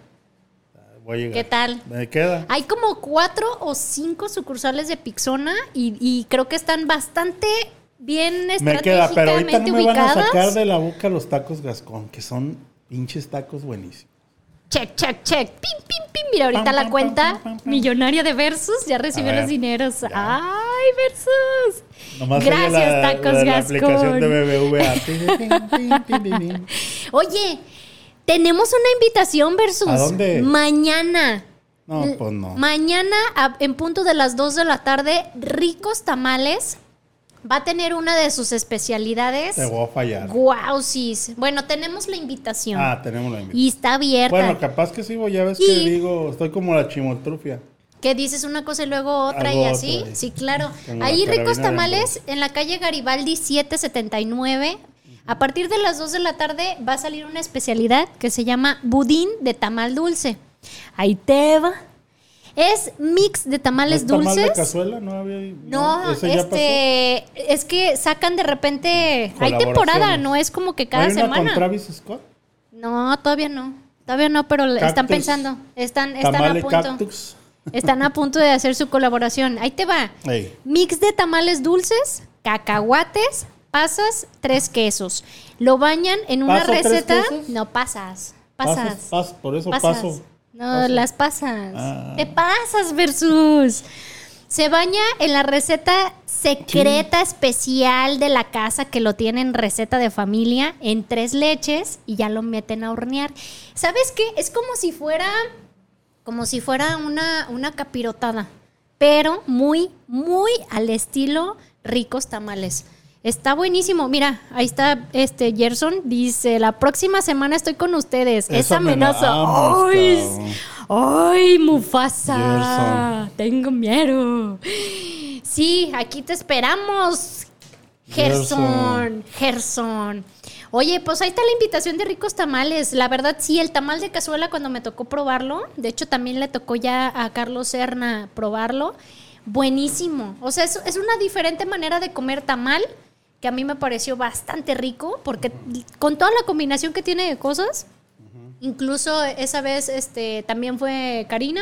S3: Voy a llegar.
S1: ¿Qué tal?
S3: Me queda.
S1: Hay como cuatro o cinco sucursales de Pixona y, y creo que están bastante bien
S3: Me queda, pero
S1: Ah,
S3: ahorita
S1: estratégicamente
S3: no me van a
S1: ubicadas.
S3: sacar de la boca los tacos Gascón, que son pinches tacos buenísimos.
S1: Check, check, check. Pim, pim, pim. Mira, ahorita
S3: Pam,
S1: la
S3: pam,
S1: cuenta
S3: pam, pam, pam.
S1: millonaria de Versus ya recibió
S3: A ver,
S1: los dineros. ¡Ay, Versus!
S3: Nomás oye
S1: Gracias,
S3: la,
S1: Tacos
S3: la de la
S1: Gascón.
S3: aplicación de BBVA. Tin, tin, tin, tin, tin.
S1: Oye, tenemos una invitación, Versus.
S3: ¿A dónde?
S1: Mañana.
S3: no, pues no.
S1: Mañana, a- en punto de las 2 de la tarde, Ricos Tamales va a tener una de sus especialidades.
S3: Te voy a fallar.
S1: Guausis. Bueno, tenemos la invitación.
S3: Ah, tenemos la invitación.
S1: y está abierta.
S3: Bueno, capaz que sí, voy, ya ves
S1: Y-
S3: que digo, estoy como la chimotrufia.
S1: Que dices una cosa y luego otra
S3: Hago
S1: y
S3: otra,
S1: así.
S3: y-
S1: Sí, claro.
S3: Como la
S1: Ahí
S3: carabina
S1: ricos
S3: de
S1: tamales en la calle Garibaldi 779. A partir de las 2 de la tarde va a salir una especialidad que se llama budín de tamal dulce. Ahí te va. Es mix de tamales
S3: ¿No es tamal
S1: dulces.
S3: de cazuela? No, había,
S1: no,
S3: ese ya pasó.
S1: este es que sacan de repente hay temporada,
S3: Colaboraciones.
S1: no es como que cada
S3: ¿Hay una
S1: semana.
S3: con Travis Scott?
S1: No, todavía no. Todavía no, pero le- están
S3: Cactus.
S1: pensando. Están, están a
S3: Tamale
S1: punto.
S3: Cactus.
S1: Están a punto de hacer su colaboración. Ahí te va.
S3: Ey.
S1: Mix de tamales dulces, cacahuates, pasas, tres quesos. Lo bañan en una
S3: ¿Paso tres
S1: receta.
S3: quesos?
S1: No, pasas.
S3: Pasas,
S1: Pasas.
S3: pas- por eso
S1: pasas.
S3: paso.
S1: No,
S3: Paso.
S1: las pasas.
S3: Ah.
S1: Te pasas versus. Se baña en la receta secreta especial de la casa que lo tienen receta de familia en tres leches y ya lo meten a hornear. ¿Sabes qué? Es como si fuera como si fuera una, una capirotada, pero muy, muy al estilo ricos tamales. Está buenísimo. Mira, ahí está este Gerson. Dice, la próxima semana estoy con ustedes. es
S3: Esa me la
S1: amenaza.
S3: amo,
S1: ¡Ay!
S3: cabrón.
S1: ¡Ay, Mufasa! Tengo miedo. Sí, aquí te esperamos. Gerson, Gerson. Oye, pues ahí está la invitación de ricos tamales. La verdad, sí, el tamal de cazuela cuando me tocó probarlo, de hecho también le tocó ya a Carlos Serna probarlo, buenísimo. O sea, es, es una diferente manera de comer tamal que a mí me pareció bastante rico, porque con toda la combinación que tiene de cosas, Incluso esa vez este, también fue Karina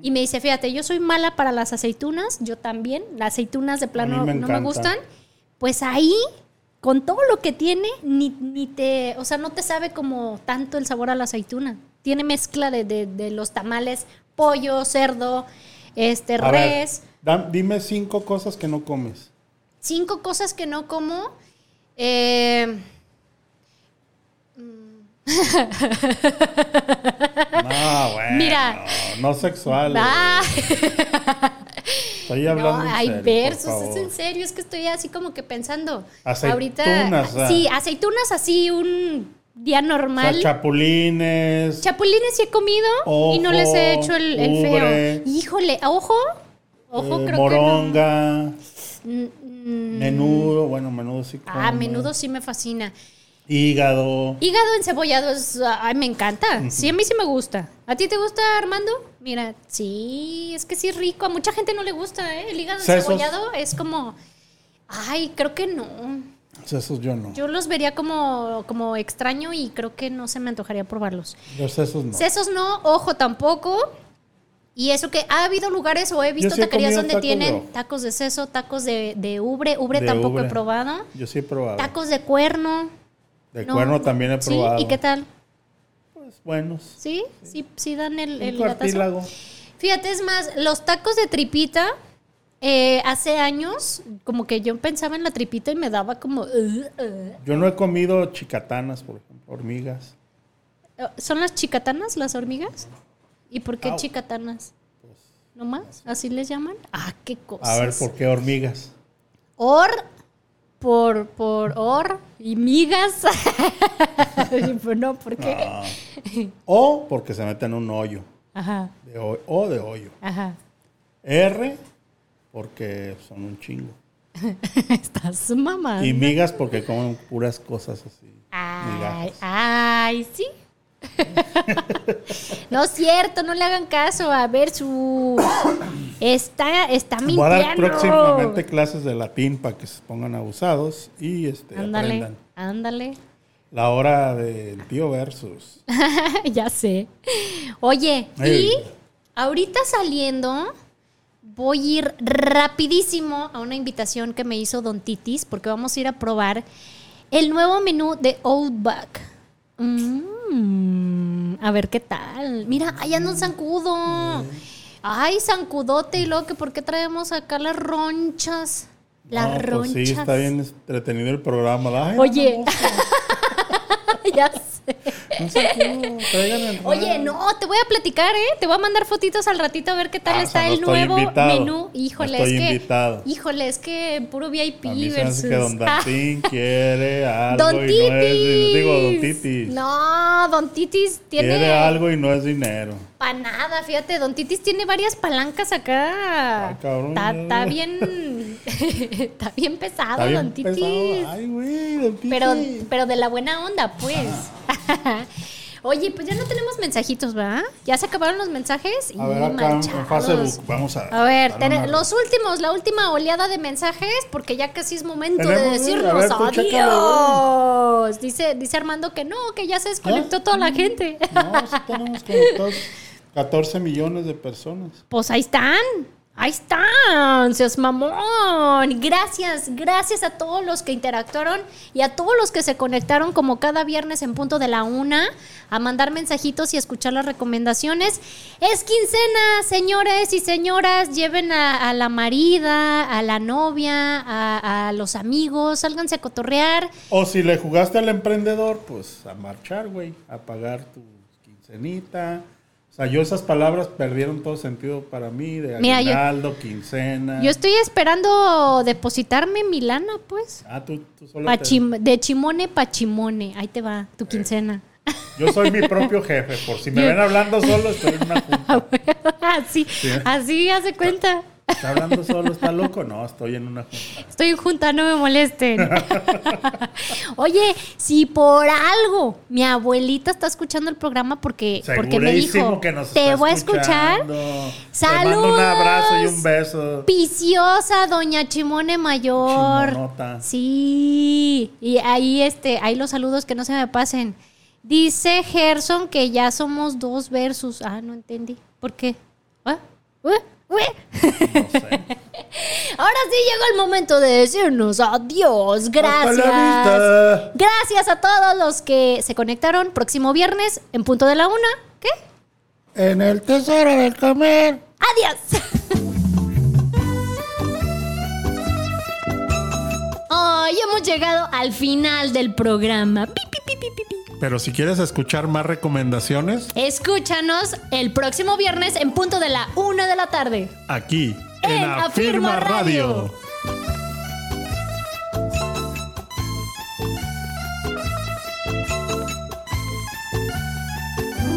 S1: y me dice, fíjate, yo soy mala para las aceitunas, yo también, las aceitunas de plano
S3: mí me
S1: no me
S3: encantan.
S1: gustan. Pues ahí, con todo lo que tiene, ni, ni te, o sea, no te sabe como tanto el sabor a la aceituna. Tiene mezcla de, de- de los tamales, pollo, cerdo, este,
S3: A ver,
S1: res.
S3: dam- dime cinco cosas que no comes.
S1: Cinco cosas que no como. Eh,
S3: No, bueno.
S1: Mira.
S3: No sexual.
S1: ah.
S3: Estoy
S1: No,
S3: hablando. en
S1: hay
S3: serio, por
S1: versos, es
S3: favor.
S1: en serio, es que estoy así como que pensando.
S3: Aceitunas,
S1: Ahorita,
S3: ah.
S1: sí, aceitunas así un día
S3: O sea,
S1: normal.
S3: chapulines.
S1: Chapulines sí he comido y no les he
S3: Ojo,
S1: hecho el, el
S3: ubre.
S1: feo. Híjole, ojo, ojo
S3: eh,
S1: creo que
S3: moronga.
S1: no. Mm, mm,
S3: Menudo. Bueno, menudo sí.
S1: Ah,
S3: como.
S1: menudo sí me fascina.
S3: Hígado.
S1: Hígado encebollado es, ay, me encanta. Sí, a mí sí me gusta. ¿A ti te gusta, Armando? Mira, sí, es que sí es rico. A mucha gente no le gusta, ¿eh? El hígado
S3: Sesos.
S1: encebollado es como, ay, creo que no.
S3: Sesos yo no.
S1: Yo los vería como, como extraño y creo que no se me antojaría probarlos.
S3: Los sesos no.
S1: Sesos no, ojo tampoco. Y eso que ha habido lugares o he visto
S3: sí he
S1: taquerías donde
S3: comido tacos de
S1: tienen
S3: ojo.
S1: tacos de seso, tacos de, de ubre, ubre
S3: De
S1: tampoco
S3: ubre.
S1: he probado,
S3: Yo sí he probado.
S1: tacos de cuerno.
S3: de
S1: no,
S3: cuerno también he
S1: sí,
S3: probado.
S1: ¿Y qué tal?
S3: Pues buenos.
S1: ¿Sí? ¿Sí, sí dan el, el
S3: Un
S1: gatazo?
S3: cartílago.
S1: Fíjate, es más, los tacos de tripita, eh, hace años, como que yo pensaba en la tripita y me daba como... "Ugh, ugh".
S3: Yo no he comido chicatanas, por ejemplo, hormigas.
S1: ¿Son las chicatanas las hormigas? ¿Y por qué
S3: Au. Pues,
S1: chicatanas? ¿No más? ¿Así les llaman? Ah, qué cosas.
S3: A ver, ¿por qué hormigas?
S1: Or, por, por or y migas. Y pues no, ¿por qué?
S3: O porque se meten en un hoyo.
S1: Ajá,
S3: de ho- o de hoyo.
S1: ajá.
S3: R, porque son un chingo.
S1: Estás mamá.
S3: Y migas, porque comen puras cosas así.
S1: Ay,
S3: migajas.
S1: ay, sí. no es cierto, no le hagan caso. A ver, su. Está, está
S3: Voy a dar
S1: mintiendo.
S3: próximamente clases de latín para que se pongan abusados y este,
S1: Ándale,
S3: aprendan.
S1: ándale.
S3: La hora del tío versus.
S1: ya sé. Oye,
S3: Ey.
S1: y ahorita saliendo, voy a ir rapidísimo a una invitación que me hizo Don Titis, porque vamos a ir a probar el nuevo menú de Outback. Mm, a ver qué tal. Mira, allá anda un zancudo. Ay, zancudote, y luego que por qué traemos acá las ronchas. Las
S3: No, pues
S1: ronchas.
S3: sí, está bien entretenido el programa. Ay,
S1: Oye. ya sé.
S3: no sé cómo, traigan el
S1: Oye,
S3: radio.
S1: no, te voy a platicar, ¿eh? Te voy a mandar fotitos al ratito a ver qué tal
S3: Ah, o
S1: está
S3: sea, no
S1: el
S3: estoy
S1: nuevo
S3: invitado.
S1: menú. Híjole,
S3: No estoy
S1: es que.
S3: invitado.
S1: Híjole, es que puro VIP
S3: A mí se me
S1: versus.
S3: hace que Don Dantín quiere
S1: Ah,
S3: algo
S1: Don
S3: y no es.
S1: Titis.
S3: Digo, Don Titis.
S1: No, Don Titis tiene.
S3: Quiere algo y no es dinero.
S1: Pa' nada, fíjate, Don Titis tiene varias palancas acá.
S3: Ay, cabrón.
S1: Está está bien. Está bien pesado,
S3: Está bien
S1: Don Titis.
S3: pesado. Ay, güey, Don Titis.
S1: Pero, pero de la buena onda, pues. Oye, pues ya no tenemos mensajitos, ¿verdad? Ya se acabaron los mensajes.
S3: A
S1: Y
S3: ver, acá en- en
S1: manchados.
S3: Facebook. Vamos a.
S1: A ver,
S3: dar
S1: ten-
S3: una-
S1: los últimos, la última oleada de mensajes, porque ya casi es momento de
S3: Tenemos, a
S1: decirnos
S3: ver, pues, tú chécalo,
S1: adiós. Dice, dice Armando que no, que ya se desconectó toda la gente.
S3: No, sí tenemos conectados 14 millones de personas.
S1: Pues ahí están. Ahí están, seas mamón. Gracias, gracias a todos los que interactuaron y a todos los que se conectaron como cada viernes en punto de la una a mandar mensajitos y a escuchar las recomendaciones. Es quincena, señores y señoras, lleven a, a la marida, a la novia, a, a los amigos, sálganse a cotorrear.
S3: O si le jugaste al emprendedor, pues a marchar, güey, a pagar tu quincenita. O sea, yo esas palabras perdieron todo sentido para mí, de
S1: Mira, yo-
S3: aguinaldo, quincena.
S1: Yo estoy esperando depositarme mi lana, pues.
S3: Ah, tú, tú solo
S1: Pa'
S3: te-
S1: chim- de chimone pa' chimone, ahí te va tu quincena.
S3: Yo soy mi propio jefe, por si me ven hablando solo, estoy en una junta.
S1: así, así hace cuenta.
S3: ¿Está hablando solo? ¿Está loco? No, estoy en una junta.
S1: Estoy en junta, no me molesten. Oye, si por algo mi abuelita está escuchando el programa porque, porque me dijo,
S3: Segurísimo que nos
S1: te
S3: está
S1: voy a escuchar.
S3: escuchando. Te mando
S1: Saludos.
S3: un abrazo y un beso.
S1: Viciosa doña Chimone Mayor.
S3: Chimonota.
S1: Sí. Y ahí este, ahí los saludos que no se me pasen. Dice Gerson que ya somos dos versus. Ah, no entendí. ¿Por qué? ¿Ah? ¿Ah? ¿Ah?
S3: No sé.
S1: Ahora sí llegó el momento de decirnos adiós. Gracias.
S3: Hasta la vista.
S1: Gracias a todos los que se conectaron. Próximo viernes en punto de la una. ¿Qué?
S3: En el tesoro del comer.
S1: Adiós. Oh, y hemos llegado al final del programa. Pi, pi, pi, pi, pi, pi.
S2: Pero si quieres escuchar más recomendaciones,
S1: Escúchanos el próximo viernes en punto de la una de la tarde.
S2: aquí,
S1: En
S2: en,
S1: Afirma
S2: Afirma
S1: Radio.
S2: Radio.